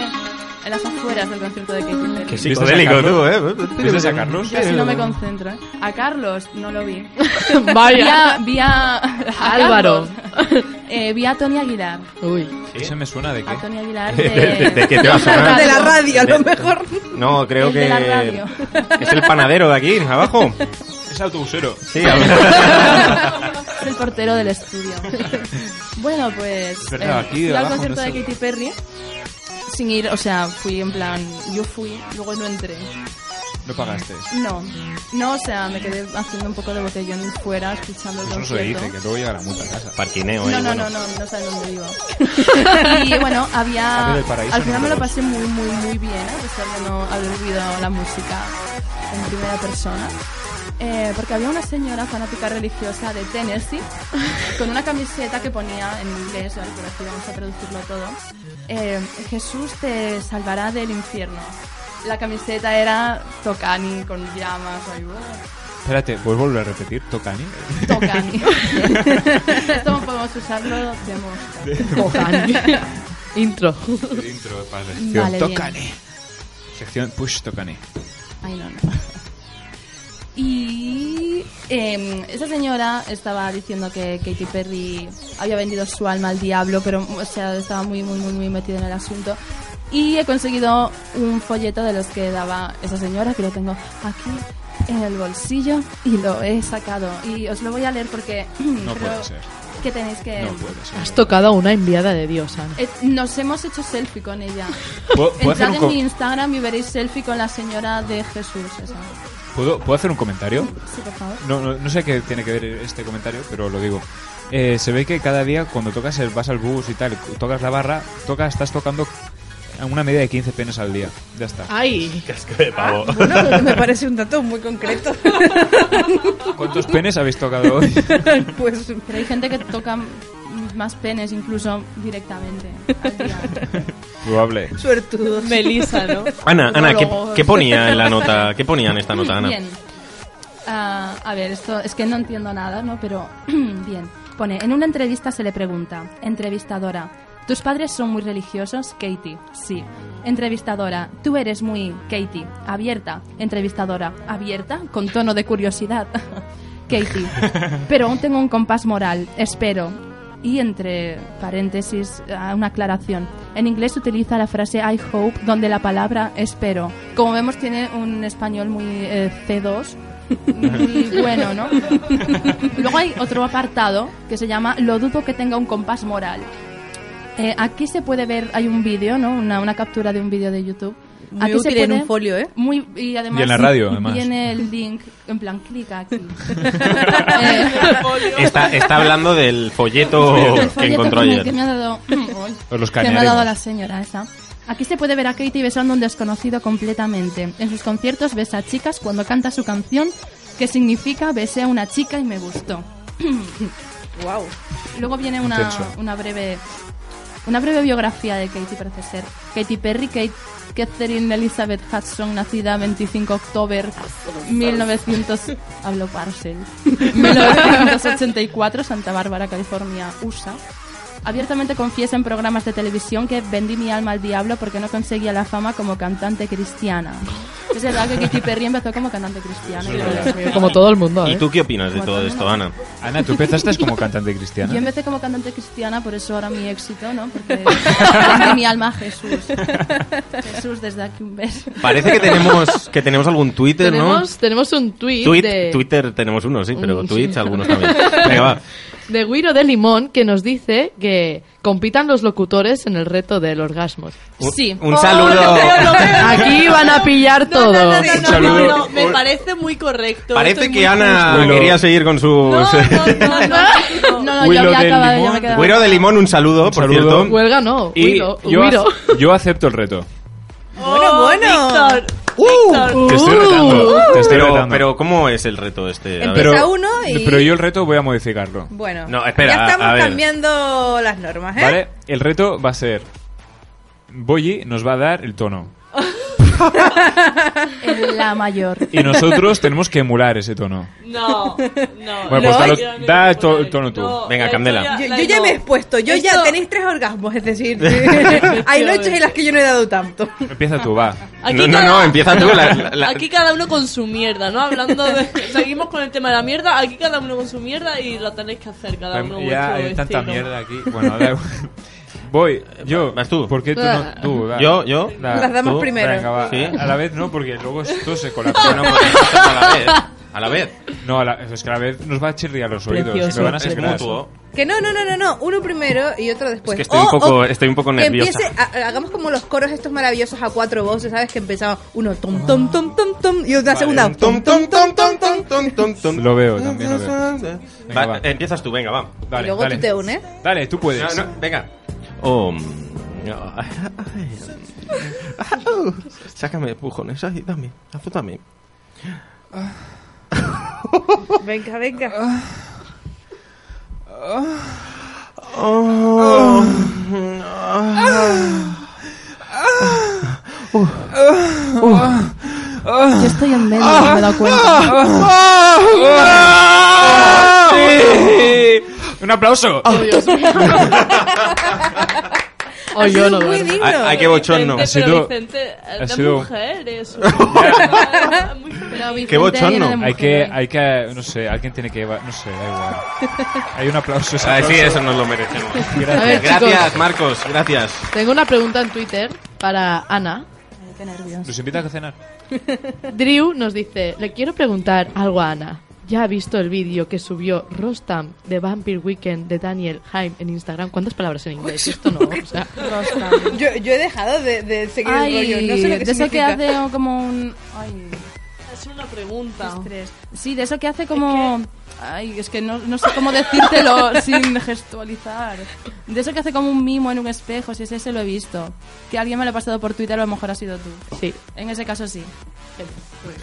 en las afueras del concierto de Katy Perry. Qué psicodélico tú, ¿eh? ¿Viste a Carlos? Yo así no me concentro, ¿eh? A Carlos no lo *laughs* vi. Vi a, Vaya. vi a- a Álvaro. Carlos. Eh, vi a Tony Aguilar. Uy. Ese me suena de qué. A Tony *laughs* Aguilar ¿De- de... de- de qué te va a sonar? De la radio, a lo mejor. No, creo El que de la radio. *laughs* es el panadero de aquí, abajo. Es autobusero. *laughs* Sí, a- Es el portero del *laughs* estudio. Bueno, pues. Es verdad, aquí fui al abajo concierto no de se- Katy Perry sin ir, o sea, fui en plan. Yo fui, luego no entré. No pagaste. No, no, o sea, me quedé haciendo un poco de botellón fuera, escuchando el Eso no se concierto. dice, que luego llega la multa a casa. Parquineo, eh. No, no, no, no, no sé dónde iba. y bueno, Había había. del paraíso, Al no final me del lo pasé muy, muy, muy bien, a pesar de no haber vivido la música en primera persona. Eh, porque había una señora fanática religiosa de Tennessee con una camiseta que ponía en inglés, ¿vale? por aquí vamos a traducirlo todo. eh, Jesús te salvará del infierno. La camiseta era Tocani con llamas. ahí, ¡buah! *laughs* Espérate, ¿puedes volver a repetir? ¿Tocani? *laughs* Tocani. Esto podemos usarlo de mosca. *laughs* Tocani. *laughs* Intro. Intro para la sección Vale, bien. Tocani. Sección Push Tocani. Ay, no, no. *laughs* Y eh, esa señora estaba diciendo que Katy Perry había vendido su alma al diablo, pero o sea, estaba muy, muy, muy, muy metida en el asunto. Y he conseguido un folleto de los que daba esa señora, que lo tengo aquí. en el bolsillo y lo he sacado. Y os lo voy a leer porque *clears throat* No creo puede ser. que tenéis que... No puede ser. Has tocado a una enviada de Dios, Ana. Eh, nos hemos hecho selfie con ella. ¿Puedo- puedo hacer Entrad un en co- mi Instagram y veréis selfie con la señora de Jesús. esa. ¿Puedo, ¿Puedo hacer un comentario? Sí, por *laughs* favor. No, no, no sé qué tiene que ver este comentario, pero lo digo. Eh, se ve que cada día cuando tocas el, vas al bus y tal, tocas la barra, tocas, estás tocando a una media de 15 penes al día. Ya está. ¡Ay! de pavo. Ah, bueno, pero me parece un dato muy concreto. ¿Cuántos penes habéis *laughs* tocado hoy? pues, pero hay gente que toca mm, más penes incluso directamente. al día. Probable. *laughs* Suertudos. Melissa, ¿no? Ana, Ana, ¿qué, Urólogos. qué ponía en la nota? ¿Qué ponía en esta nota, Ana? Bien. Ah, a ver, esto es que no entiendo nada, ¿no? Pero *clears throat* bien. Pone, en una entrevista se le pregunta, entrevistadora, ¿tus padres son muy religiosos, Katie? Sí. Entrevistadora, ¿tú eres muy, Katie, abierta? Entrevistadora, ¿abierta? Con tono de curiosidad. *laughs* *laughs* Katie, pero aún tengo un compás moral, espero. Y entre paréntesis, ah, una aclaración. En inglés utiliza la frase I hope, donde la palabra espero. Como vemos, tiene un español muy eh, *laughs* C2. Muy bueno, ¿no? Luego hay otro apartado que se llama Lo dudo que tenga un compás moral. Eh, aquí se puede ver, hay un vídeo, ¿no? Una, una captura de un vídeo de YouTube. Muy aquí útil en un folio, ¿eh? Muy, y además Y en la radio, además. Tiene el link, en plan, clica *laughs* aquí. Eh, Está, *laughs* está hablando del folleto El que folleto encontró que me- ayer. que me ha dado, mm, Os Pues los que me ha cañaremos. dado la señora esa. Aquí se puede ver a Katie besando a un desconocido completamente. En sus conciertos besa a chicas cuando canta su canción, que significa besé a una chica y me gustó. *clears throat* wow. Luego viene una, Intenso. una breve una breve biografía de Katy parece ser. Katy Perry, Kate Catherine Elizabeth Hudson, nacida 25 de octubre 1900 hablo parcel 1984, Santa Bárbara, California, USA. Abiertamente confiesa en programas de televisión que vendí mi alma al diablo porque no conseguía la fama como cantante cristiana. Es verdad que Katy Perry empezó como cantante cristiana. Eso es Yo- verdad. Como todo el mundo, ¿Y ¿eh? tú qué opinas de todo esto, Ana? Ana, tú empezaste como cantante cristiana. Yo empecé como cantante cristiana, por eso ahora mi éxito, ¿no? Porque *laughs* vendí mi alma a Jesús. Jesús, desde aquí un beso. Parece que tenemos, que tenemos algún Este, Twitter, ¿no? Tenemos, tenemos un tweet, Tweet- de, Twitter tenemos uno, sí, pero Mm, sí. tweets algunos también. Venga, va. de Guiro de Limón que nos dice que compitan los locutores en el reto del orgasmo. Uh. Sí. Oh, Un saludo. Aquí van a pillar todo. Un saludo. me parece muy correcto. Parece que Ana quería seguir con sus... *laughs* No, no, no, yo Güiro había del acabado, ya limón. me quedaba. Güiro de limón, un saludo, por saludo. cierto. Huelga no, Y Guiro. yo, Guiro. ac- yo acepto el reto. Oh, Bueno, bueno. Te Uh. estoy Uh. retando. Te estoy pero, retando. pero, ¿cómo es el reto este? A ver. Uh. Empieza uno y- pero yo el reto voy a modificarlo. Bueno. No, espera, Ya a- estamos a ver. cambiando las normas, ¿eh? ¿Vale? El reto va a ser... Boyi nos va a dar el tono. La mayor. Y nosotros tenemos que emular ese tono. No, no. Bueno, pues dalo- da el, to- el tono tú. Venga, Candela. Yo, yo ya me he expuesto, yo ya tenéis tres orgasmos, es decir, hay noches en las que yo no he dado tanto. Empieza tú, va. Aquí No, no, no, empieza tú. la- la- la- Aquí cada uno con su mierda, ¿no? Hablando de... Seguimos con el tema de la mierda. Aquí cada uno con su mierda y lo tenéis que hacer cada uno ya vuestro hay tanta estilo. mierda aquí. Bueno, da igual. Voy, yo. ¿Vas tú? ¿Por qué tú no? Tú, va. Yo, yo. Da, Las damas tú. primero. Venga, va. Sí. A la vez no, porque luego esto se colapsa. Bueno, pues, a la vez. A la vez. No, a la, es que a la vez nos va a chirriar los oídos. Precioso, me van a es sangrar. mutuo. Que no, no, no, no, no, uno primero y otro después. Es que estoy un poco- estoy un poco que nerviosa. empiece- ha- hagamos como los coros estos maravillosos a cuatro voces, ¿sabes? Que empezamos uno tom tom tom tom tom y una segunda un tom tom tom tom tom tom tom tom. Lo veo, también lo veo. Va, Empiezas tú, venga, va. y luego tú te unes. Dale, tú puedes. No, no, venga. Oh, *laughs* Sácame de pujones ahí, dame, azútame. Venga, venga. Yo estoy en medio, no me he dado cuenta. ¡Ah! Sí. Un aplauso. *laughs* Oh, yo no, muy ¿verdad? digno. Ay, ay, qué bochorno. Vicente, Ha sido- pero Vicente, eh, ha de sido- mujeres. *laughs* Muy femenino. Qué *laughs* bochorno. Hay que, hay que, no sé, alguien tiene que, no sé, da igual. *laughs* Hay un aplauso. ese Ah, sí, aplauso. eso nos lo merecemos. Gracias. A ver, chicos. gracias, Marcos, gracias. Tengo una pregunta en Twitter para Ana. Qué nervios. Nos invita a cenar. *laughs* Drew nos dice, le quiero preguntar algo a Ana. ¿Ya ha visto el vídeo que subió Rostam de Vampire Weekend de Daniel Haim en Instagram? ¿Cuántas palabras en *laughs* inglés? Esto no, o sea, Yo, yo he dejado de, de seguir el rollo. No sé lo de eso que que significa. Este hace o como un... Ay, Es una pregunta. estrés. Sí, de eso que hace como... Ay, es que no, no sé cómo *laughs* decírtelo sin gestualizar. De eso que hace como un mimo en un espejo, si es ese lo he visto. Que alguien me lo ha pasado por Twitter, a lo mejor ha sido tú. Sí. En ese caso sí.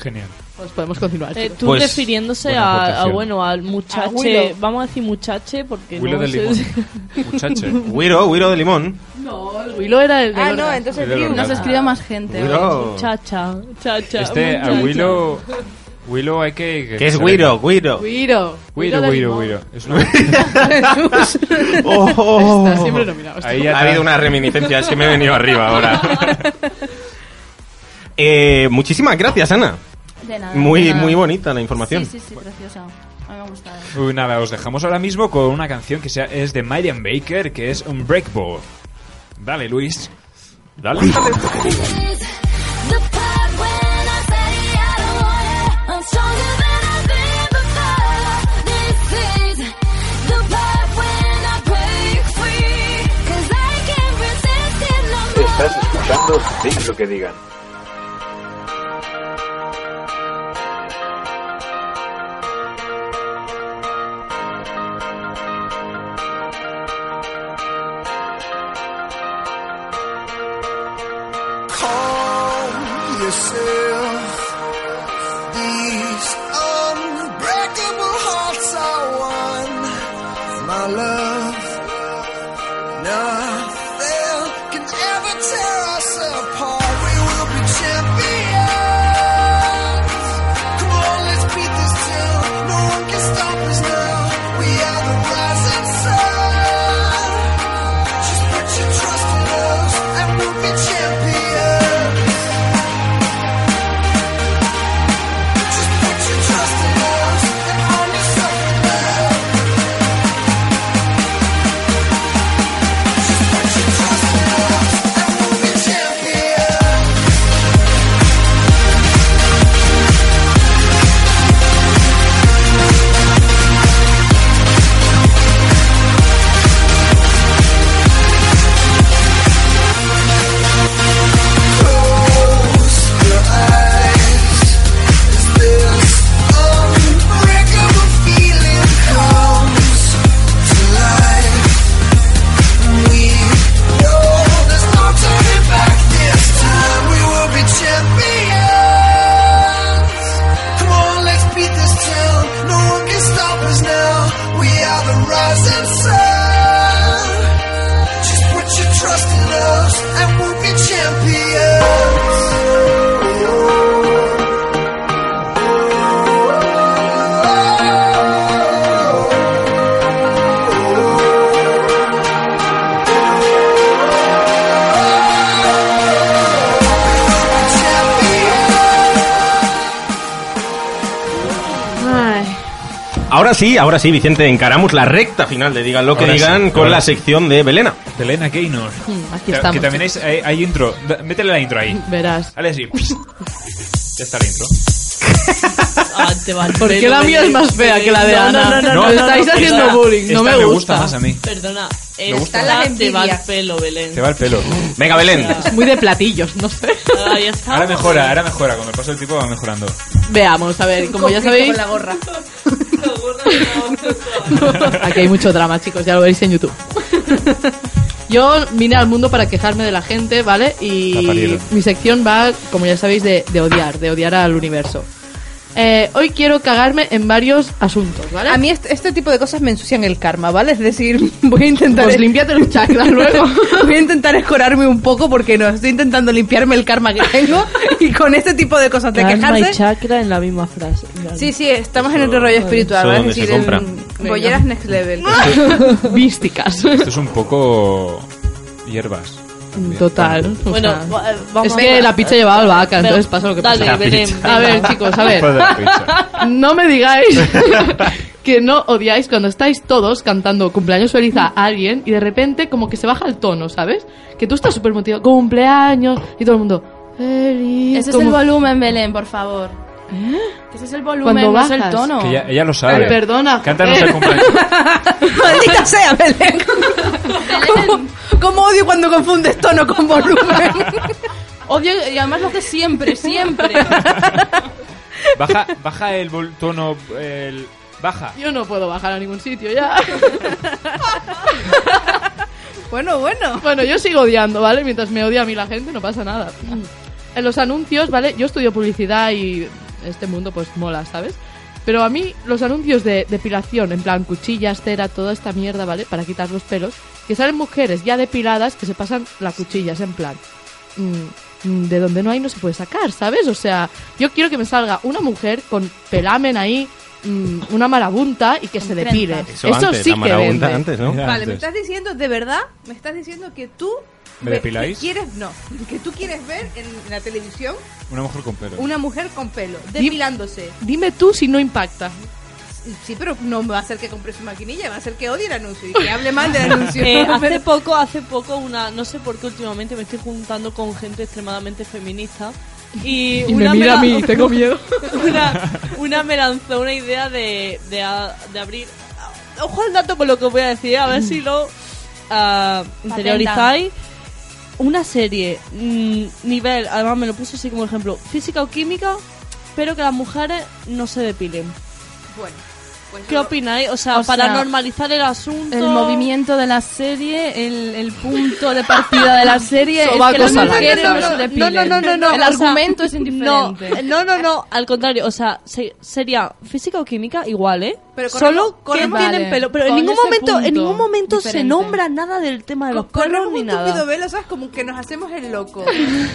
Genial. Pues podemos continuar. Eh, chicos. tú Pues, refiriéndose buena a, a, aportación. bueno, al A muchache, Willow. vamos a decir muchache porque Willow no del sé- Muchacho. Guiro, guiro de limón. No, el Willow era el de Ah, Lorca. no, entonces El de Drew. Lorca. Nos escribe más gente. Willow. Chacha, chacha. Este, a muchacha. Willow. Willow hay que. ¿Qué es guiro, guiro? Guiro. Guiro, del guiro, limón. guiro. Es una. Oh, oh. Está siempre nominado. Ahí ya ha habido una reminiscencia, es que me he venido arriba *laughs* ahora. Eh, muchísimas gracias, Ana. De nada, de Muy, nada. muy bonita la información. Sí, sí, sí, preciosa. A mí me ha gustado. Uy, nada, os dejamos ahora mismo con una canción que sea, es de Marian Baker, que es Unbreakable. Dale, Luis. Dale. I'm stronger than I've been before. This is the part when I break free. 'Cause I can't resist it no more. Estás escuchando Digan lo que digan. Call yourself. These unbreakable hearts are one. My love, nothing can ever tear us apart. We will be champions. Come on, let's beat this till no one can stop us now. We are the rising sun. Just put your trust in us, and we'll be champions. Put your trust in us and find yourself in love. Just put your trust in us and we'll be champions. Close your eyes. Is this unbreakable feeling comes to life? We know there's no turning back this time. We will be champions. Come on, let's beat this town. No one can stop us now. We are the rising sun. Just put your trust in us, and we'll be champions. Ahora sí, ahora sí, Vicente, encaramos la recta final de Digan lo que Ahora sí, digan con ahora la sí. sección de Belena. Belena Gaynor. Mm, Aquí Que- estamos. Que también es- hay, hay intro. Da- Métele la intro ahí. Verás. Dale así. Ya está la intro. Ah, te va el ¿Por qué pelo, la mía Belén? es más fea que la de No, no, Ana? no, no, Me no, no, estáis no, haciendo esta- bullying, no esta me me gusta. gusta más a mí. Perdona, gusta? esta Están las te va el envidias. pelo, Belén. Te va el pelo. Venga, Belén. Es muy de platillos, no sé. Ahí está. Ahora mejora, ahora mejora. Con el paso del tiempo va mejorando. *laughs* Veamos, a ver, como ya Conflicto sabéis, Con la gorra. *laughs* aquí hay mucho drama, chicos, ya lo veréis en YouTube. Yo vine al mundo para quejarme de la gente, ¿vale? La Y parieron. mi sección va, como ya sabéis, de, de odiar, de odiar al universo. Eh, hoy quiero cagarme en varios asuntos, ¿vale? A mí este, este tipo de cosas me ensucian el karma, ¿vale? Es decir, *laughs* voy a intentar... Pues límpiate los chakras luego. *laughs* voy a intentar escorarme un poco porque no, estoy intentando limpiarme el karma que tengo y con este tipo de cosas de Karma y quejarse... chakra en la misma frase. Sí, sí, estamos en otro rollo espiritual, eso ¿vale? donde Es se decir, en compra. Bolleras next level. Vísticas. Esto es un poco. hierbas. Total. o *laughs* Bueno, sea. va- eh, vamos es que a- la pizza llevaba albahaca, Pero- entonces pasa lo que pasa. Dale, Belén, A ver, venga. chicos, a ver. Después de la pizza. *laughs* No me digáis que no odiáis cuando estáis todos cantando cumpleaños feliz a alguien y de repente como que se baja el tono, ¿sabes? Que tú estás súper motivado, cumpleaños, y todo el mundo, feliz. Ese es como- el volumen, Belén, por favor. ¿Eh? Ese es el volumen, no es el tono. Que ella, ella lo sabe. Ay, perdona, Cántanos joder. el cumpleaños. *laughs* Maldita sea, Belén. ¿Cómo, cómo odio cuando confundes tono con *laughs* volumen? Odio, y además lo hace siempre, *laughs* siempre. Baja, baja el vol- tono. El... Baja. Yo no puedo bajar a ningún sitio ya. *laughs* bueno, bueno. Bueno, yo sigo odiando, ¿vale? Mientras me odia a mí la gente, no pasa nada. Mm. En los anuncios, ¿vale? Yo estudio publicidad y este mundo pues mola, ¿sabes? Pero a mí los anuncios de depilación, en plan cuchillas, cera, toda esta mierda, ¿vale? Para quitar los pelos, que salen mujeres ya depiladas que se pasan la cuchilla, es en plan... mm, mm, de donde no hay no se puede sacar, ¿sabes? O sea, yo quiero que me salga una mujer con pelamen ahí, mm, una marabunta y que se depile. Eso, antes, sí la que vende. marabunta antes, ¿no? Vale, me estás diciendo, de verdad, me estás diciendo que tú... ¿Me depiláis? que quieres, no, que tú quieres ver en la televisión Una mujer con pelo. una mujer con pelo, depilándose. Dime tú si no impacta. Sí, pero no me va a hacer que compre su maquinilla, va a hacer que odie el anuncio y que hable mal *laughs* del anuncio. Eh, hace Pero- poco, hace poco una, no sé por qué últimamente me estoy juntando con gente extremadamente feminista y, Y *laughs* una me mira a la- mí, tengo miedo. una, una me lanzó una idea de, de, a- de abrir. Ojo al dato por lo que os voy a decir, a ver Mm. si lo ah, interiorizáis. Una serie, mm, nivel, además me lo puso así como ejemplo, física o química, pero que las mujeres no se depilen. Bueno, pues ¿Qué yo- opináis? O sea, O para sea, normalizar el asunto. El movimiento de la serie, el, el punto de partida de la serie es Sobaco que las salado. mujeres No, no, no, no, se depilen. no, no, no, no, El o sea, argumento es indiferente. No, no, no, no, al contrario, o sea, se- sería física o química igual, ¿eh? Pero corremos- Solo que corremos- tienen Vale, pelo, pero en con ningún ese momento, en punto ningún momento se diferente. nombra nada del tema de los pelos Corremos ni un túpido nada. velo, ¿sabes? Como que nos hacemos el loco.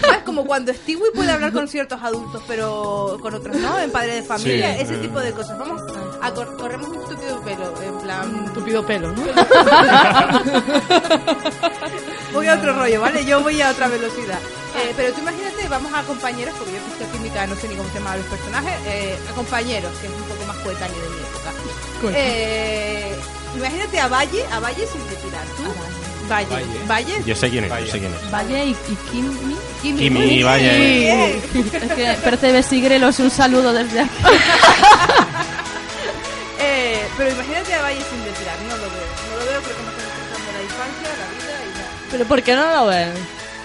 ¿Sabes? Como cuando Stewie puede hablar con ciertos adultos, pero con otros no, en padre de familia, Sí. ese tipo de cosas. Vamos a cor- corremos un túpido velo, en plan... Tupido pelo, ¿no? *laughs* Voy a otro rollo, ¿vale? Yo voy a otra velocidad. Eh, pero tú imagínate, vamos a compañeros, porque yo física química no sé ni cómo se llaman los personajes, eh, a compañeros, que es un poco más coetáneo de mi época. Coño. Eh, imagínate a Valle, a Valle sin depilar, tú. Valle, Valle. Yo sé quién es, yo sé quién es. Valle y, y Kimi. Kimi. Kimi, Valle. Sí. Es que Percebe Sigrelos, un saludo desde aquí. Eh, pero imagínate a Valle sin depilar, no lo veo. No lo veo, creo que me están afectando la infancia, la vida y nada. Pero ¿por qué no lo ven?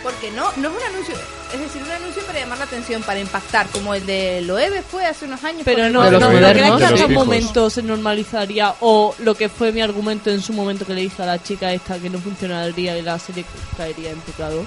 Porque no, no es un anuncio, es decir, un anuncio para llamar la atención, para impactar, como el de Loewe fue hace unos años. Pero con no, el- no, no crees que De en los algún fijos. momento se normalizaría o lo que fue mi argumento en su momento que le dije a la chica esta que no funcionaría y la serie caería en pecado.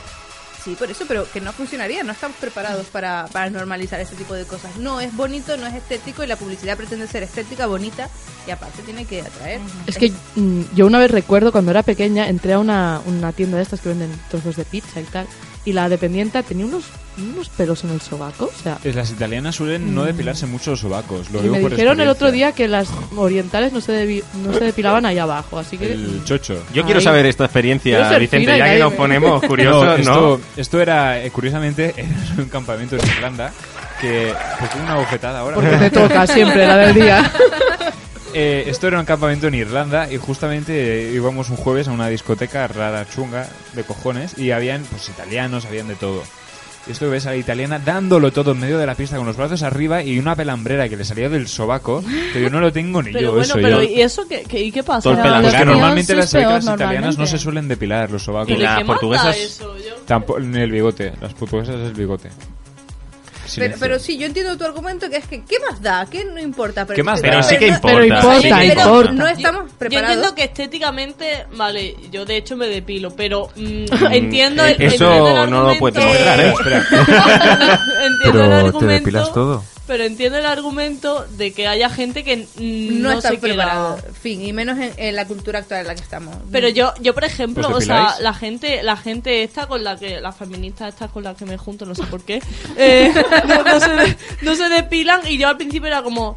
Sí, por eso, pero que no funcionaría, no estamos preparados para, para normalizar este tipo de cosas. No es bonito, no es estético y la publicidad pretende ser estética, bonita y aparte tiene que atraer. Es que mm, yo una vez recuerdo cuando era pequeña entré a una, una tienda de estas que venden trozos de pizza y tal y la dependiente tenía unos, unos pelos en el sobaco, o sea, Es, Las italianas suelen no depilarse mucho los sobacos. Lo y digo me por dijeron el otro experiencia. día que las orientales no se, debi- no se depilaban ahí abajo, así que El chocho. Yo quiero Ay. saber esta Quiero experiencia, ser Vicente, fina y ya que nadie nos me- ponemos No, curiosos, esto, ¿no? esto era, eh, curiosamente, *laughs* era un campamento en Irlanda que... Pues una bofetada ahora. Porque te toca siempre la del día. *laughs* Eh, esto era un campamento en Irlanda y justamente eh, íbamos un jueves a una discoteca rara, chunga, de cojones, y habían pues italianos, habían de todo. Y esto ves a la italiana dándolo todo en medio de la pista con los brazos arriba y una pelambrera que le salía del sobaco, que yo no lo tengo ni Pero yo bueno, eso. yo. pero ¿y eso qué, qué- y qué pasa? Todo el pelangano. Los Es que niños normalmente sí las es peor, películas italianas no normalmente. se suelen depilar los sobacos. ¿Y de qué manda eso? Tampoco, ni el bigote. Las portuguesas es el bigote. Pero, Silencio. pero sí, yo entiendo tu argumento que es que, ¿qué más da? ¿Qué no importa? ¿Qué más Pero da? sí que Pero- importa. pero importa, sí que pero importa. no estamos Yo preparados. entiendo que estéticamente, vale, yo de hecho me depilo, pero mm, Mm, entiendo eh, el, entiendo Eso el no lo puedes argumento- demostrar, ¿eh? *laughs* entiendo el argumento, todo. pero entiendo el argumento de que haya gente que mm, no, no, está se preparado. quiera. Fin, y menos en, en la cultura actual en la que estamos. Pero yo, yo por ejemplo, Pues ¿Os o sea, depiláis? la gente, la gente esta con la que, las feministas estas con las que me junto, no sé por *laughs* qué, eh, no, no se de- no se depilan y yo al principio era como,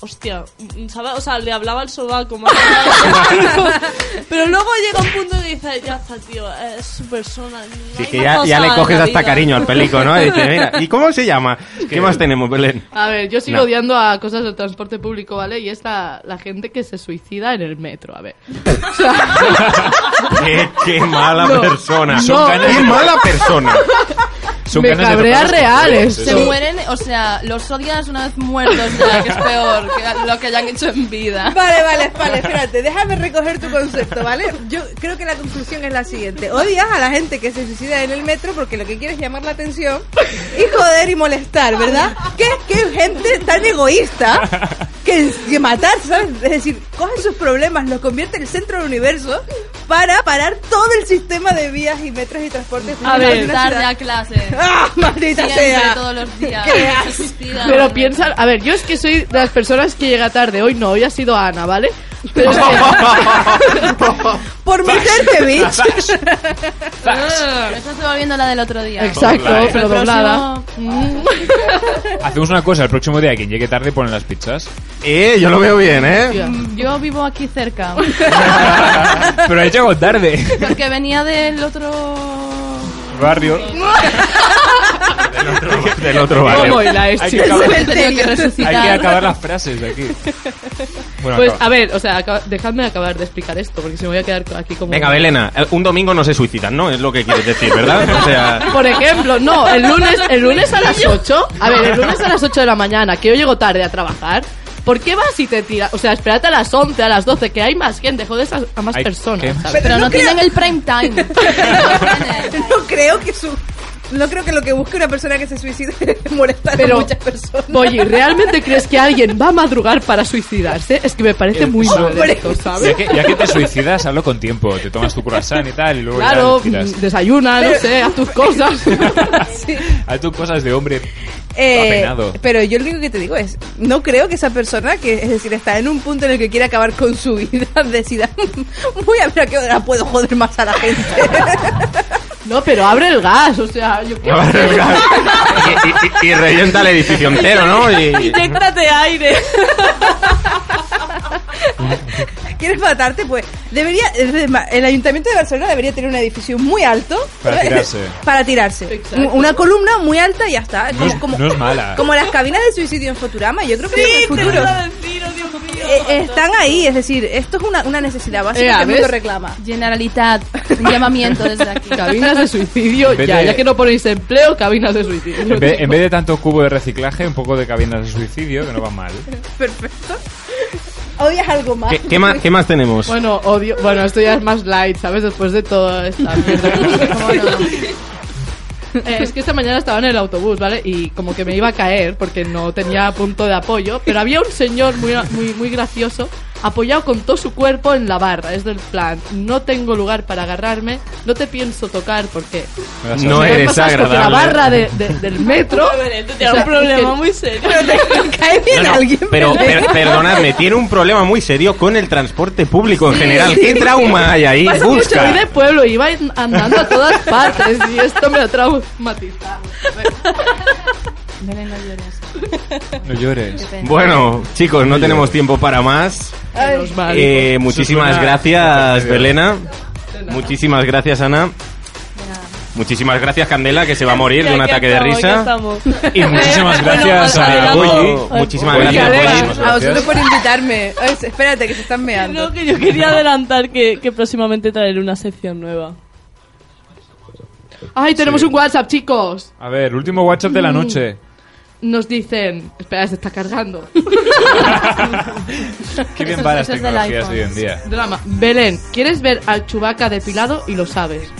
hostia, ¿sabes? O sea, le hablaba al sobaco *laughs* más. *laughs* Pero luego llega un punto que dices, ya está, tío, es su persona. no Sí, hay que más ya, ya cosa le en coges la hasta vida". cariño al pelico, ¿no? Y dices, mira, ¿y cómo se llama? ¿Qué más tenemos, Belén? A ver, yo sigo No. odiando a cosas del transporte público, ¿vale? Y está la gente que se suicida en el metro, a *laughs* ver. O sea, ¡Qué, qué mala No, persona! no. ¡Qué mala persona! Son Me ganas de cabrea tocarlos con real este. huevos, esto. eso. Sí. Se mueren, o sea, los odias una vez muertos ya, que es peor que lo que hayan hecho en vida. Vale, vale, vale, espérate, déjame recoger tu concepto, ¿vale? Yo creo que la conclusión es la siguiente. Odias a la gente que se suicida en el metro porque lo que quiere es llamar la atención y joder y molestar, ¿verdad? ¿Qué, qué gente tan egoísta que, que matar, ¿sabes? Es decir, cogen sus problemas, los convierte en el centro del universo para parar todo el sistema de vías y metros y transportes. A de ver, una tarde ciudad. a clase. ¡Ah, maldita Siempre, sea! todos los días. ¡Qué asco! Asistida. Pero piensa, a ver, yo es que soy de las personas que llega tarde. Hoy no, hoy ha sido Ana, *laughs* ¿vale? Pero es que- Por meterte, bitch. Me estás devolviendo la del otro día. Exacto, Doblada, ¿eh? pero El doblada. Hacemos una cosa, el próximo día quien llegue tarde pone las pizzas. Eh, yo lo veo bien, ¿eh? Mm, Yo vivo aquí *laughs* cerca. Pero he llegado tarde. Porque venía del otro. *laughs* Barrio. *laughs* Del otro barrio. barrio. ¿Cómo hiláis, Hay que chicos? acabar- He tenido hay que resucitar. que acabar las frases de aquí. Bueno, Pues acaba. a ver, o sea, acaba- dejadme acabar de explicar esto, porque si me voy a quedar aquí como... Venga, Belena, eh, un domingo no se suicidan, ¿no? Es lo que quieres decir, ¿verdad? O sea, *laughs* Por ejemplo, no, el lunes, el lunes a las 8, a ver, el lunes a las 8 de la mañana, que yo llego tarde a trabajar, ¿por qué vas y te tiras? O sea, espérate a las 11, a las 12, que hay más gente, jodes a, a más Hay- ¿qué personas. más? ¿sabes? Pero no tienen el prime time. *laughs* No creo que su. No creo que lo que busque una persona que se suicide *laughs* es molestar Pero, a muchas personas. *laughs* *laughs* Oye, ¿realmente crees que alguien va a madrugar para suicidarse? Es que me parece muy Eso- mal esto, Ya ¿sabes? que, ya que te suicidas, hazlo con tiempo. Te tomas tu croissant y tal, y luego Claro, ya tiras. desayuna, no sé, haz tus cosas. Haz tus cosas de hombre *laughs* Eh, apenado. pero yo lo único que te digo es, no creo que esa persona, que es decir, está en un punto en el que quiere acabar con su *laughs* vida, decida, voy a ver a qué hora puedo joder más a la gente. No, pero abre el gas, *laughs* o sea, yo *laughs* qué sé. y, y- y revienta el edificio entero, ¿no? Y, Inyéctate aire. *laughs* ¿Quieres matarte? Pues debería, es de- el Ayuntamiento de Barcelona debería tener un edificio muy alto Para tirarse. *laughs* Para tirarse. Un- Una columna muy alta y ya está. No Como, es- como- no es mala. *laughs* como las cabinas de suicidio en Futurama, yo creo que en el futuro. oh, Eh, están ahí, es decir, esto es una, una necesidad básica Ea, que el mundo ¿ves? reclama. Generalitat, un llamamiento desde aquí. *laughs* Cabinas de suicidio, En vez ya, de- ya que no ponéis empleo, cabinas de suicidio. En vez, en vez de tanto cubo de reciclaje, un poco de cabinas de suicidio, que no va mal. Perfecto. ¿Odias algo más? ¿Qué, qué más, qué más tenemos? Bueno, odio. Bueno, esto ya es más light, ¿sabes? Después de toda esta mierda. *laughs* Eh, es que esta mañana estaba en el autobús, ¿vale? Y como que me iba a caer porque no tenía punto de apoyo, pero había un señor muy, muy, muy gracioso apoyado con todo su cuerpo en la barra. Es del plan, no tengo lugar para agarrarme, no te pienso tocar porque... No me eres pasas porque agradable. La barra de- *laughs* de- del metro... Tú tienes un problema *laughs* muy serio. cae bien No, no, alguien. pero per- perdonadme, tiene un problema muy serio con el transporte público en general. ¿Qué trauma hay ahí? Pasa mucho, soy de Busca. pueblo, iba andando a todas partes y esto me ha traumatizado. Belén, no llores. No llores. Qué pena. Bueno, chicos, no tenemos tiempo para más. Menos mal. pues, Eh, Eso muchísimas suena- gracias, Belena. Muchísimas gracias, Ana. Muchísimas gracias, Candela, que se va a morir de un ataque de risa. *laughs* Y muchísimas gracias a Goyi. Muchísimas Oye, gracias, Alex, Goyi. a vosotros por invitarme. Ay, espérate, que se están meando. No, que yo quería adelantar que, que próximamente traeré una sección nueva. Ay, tenemos un WhatsApp, chicos. A ver, último WhatsApp de la noche. Nos dicen. Espera, se está *laughs* cargando. Qué bien van las tecnologías hoy en día. Drama. Belén, ¿quieres ver al Chubaca depilado? Y lo sabes.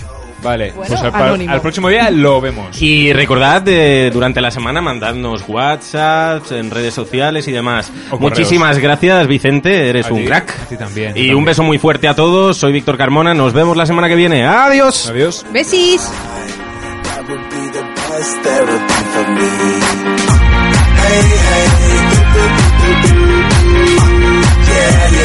Vale, Bueno, pues al, pa- anónimo. al próximo día lo vemos. Y recordad, eh, durante la semana mandadnos WhatsApps, en redes sociales y demás. O correos. Muchísimas gracias, Vicente, eres A un ti, crack. a ti también, Y yo también. un beso muy fuerte a todos. Soy Víctor Carmona, nos vemos la semana que viene. Adiós. Adiós. Besis. Best therapy for me. Hey, hey. Yeah, yeah.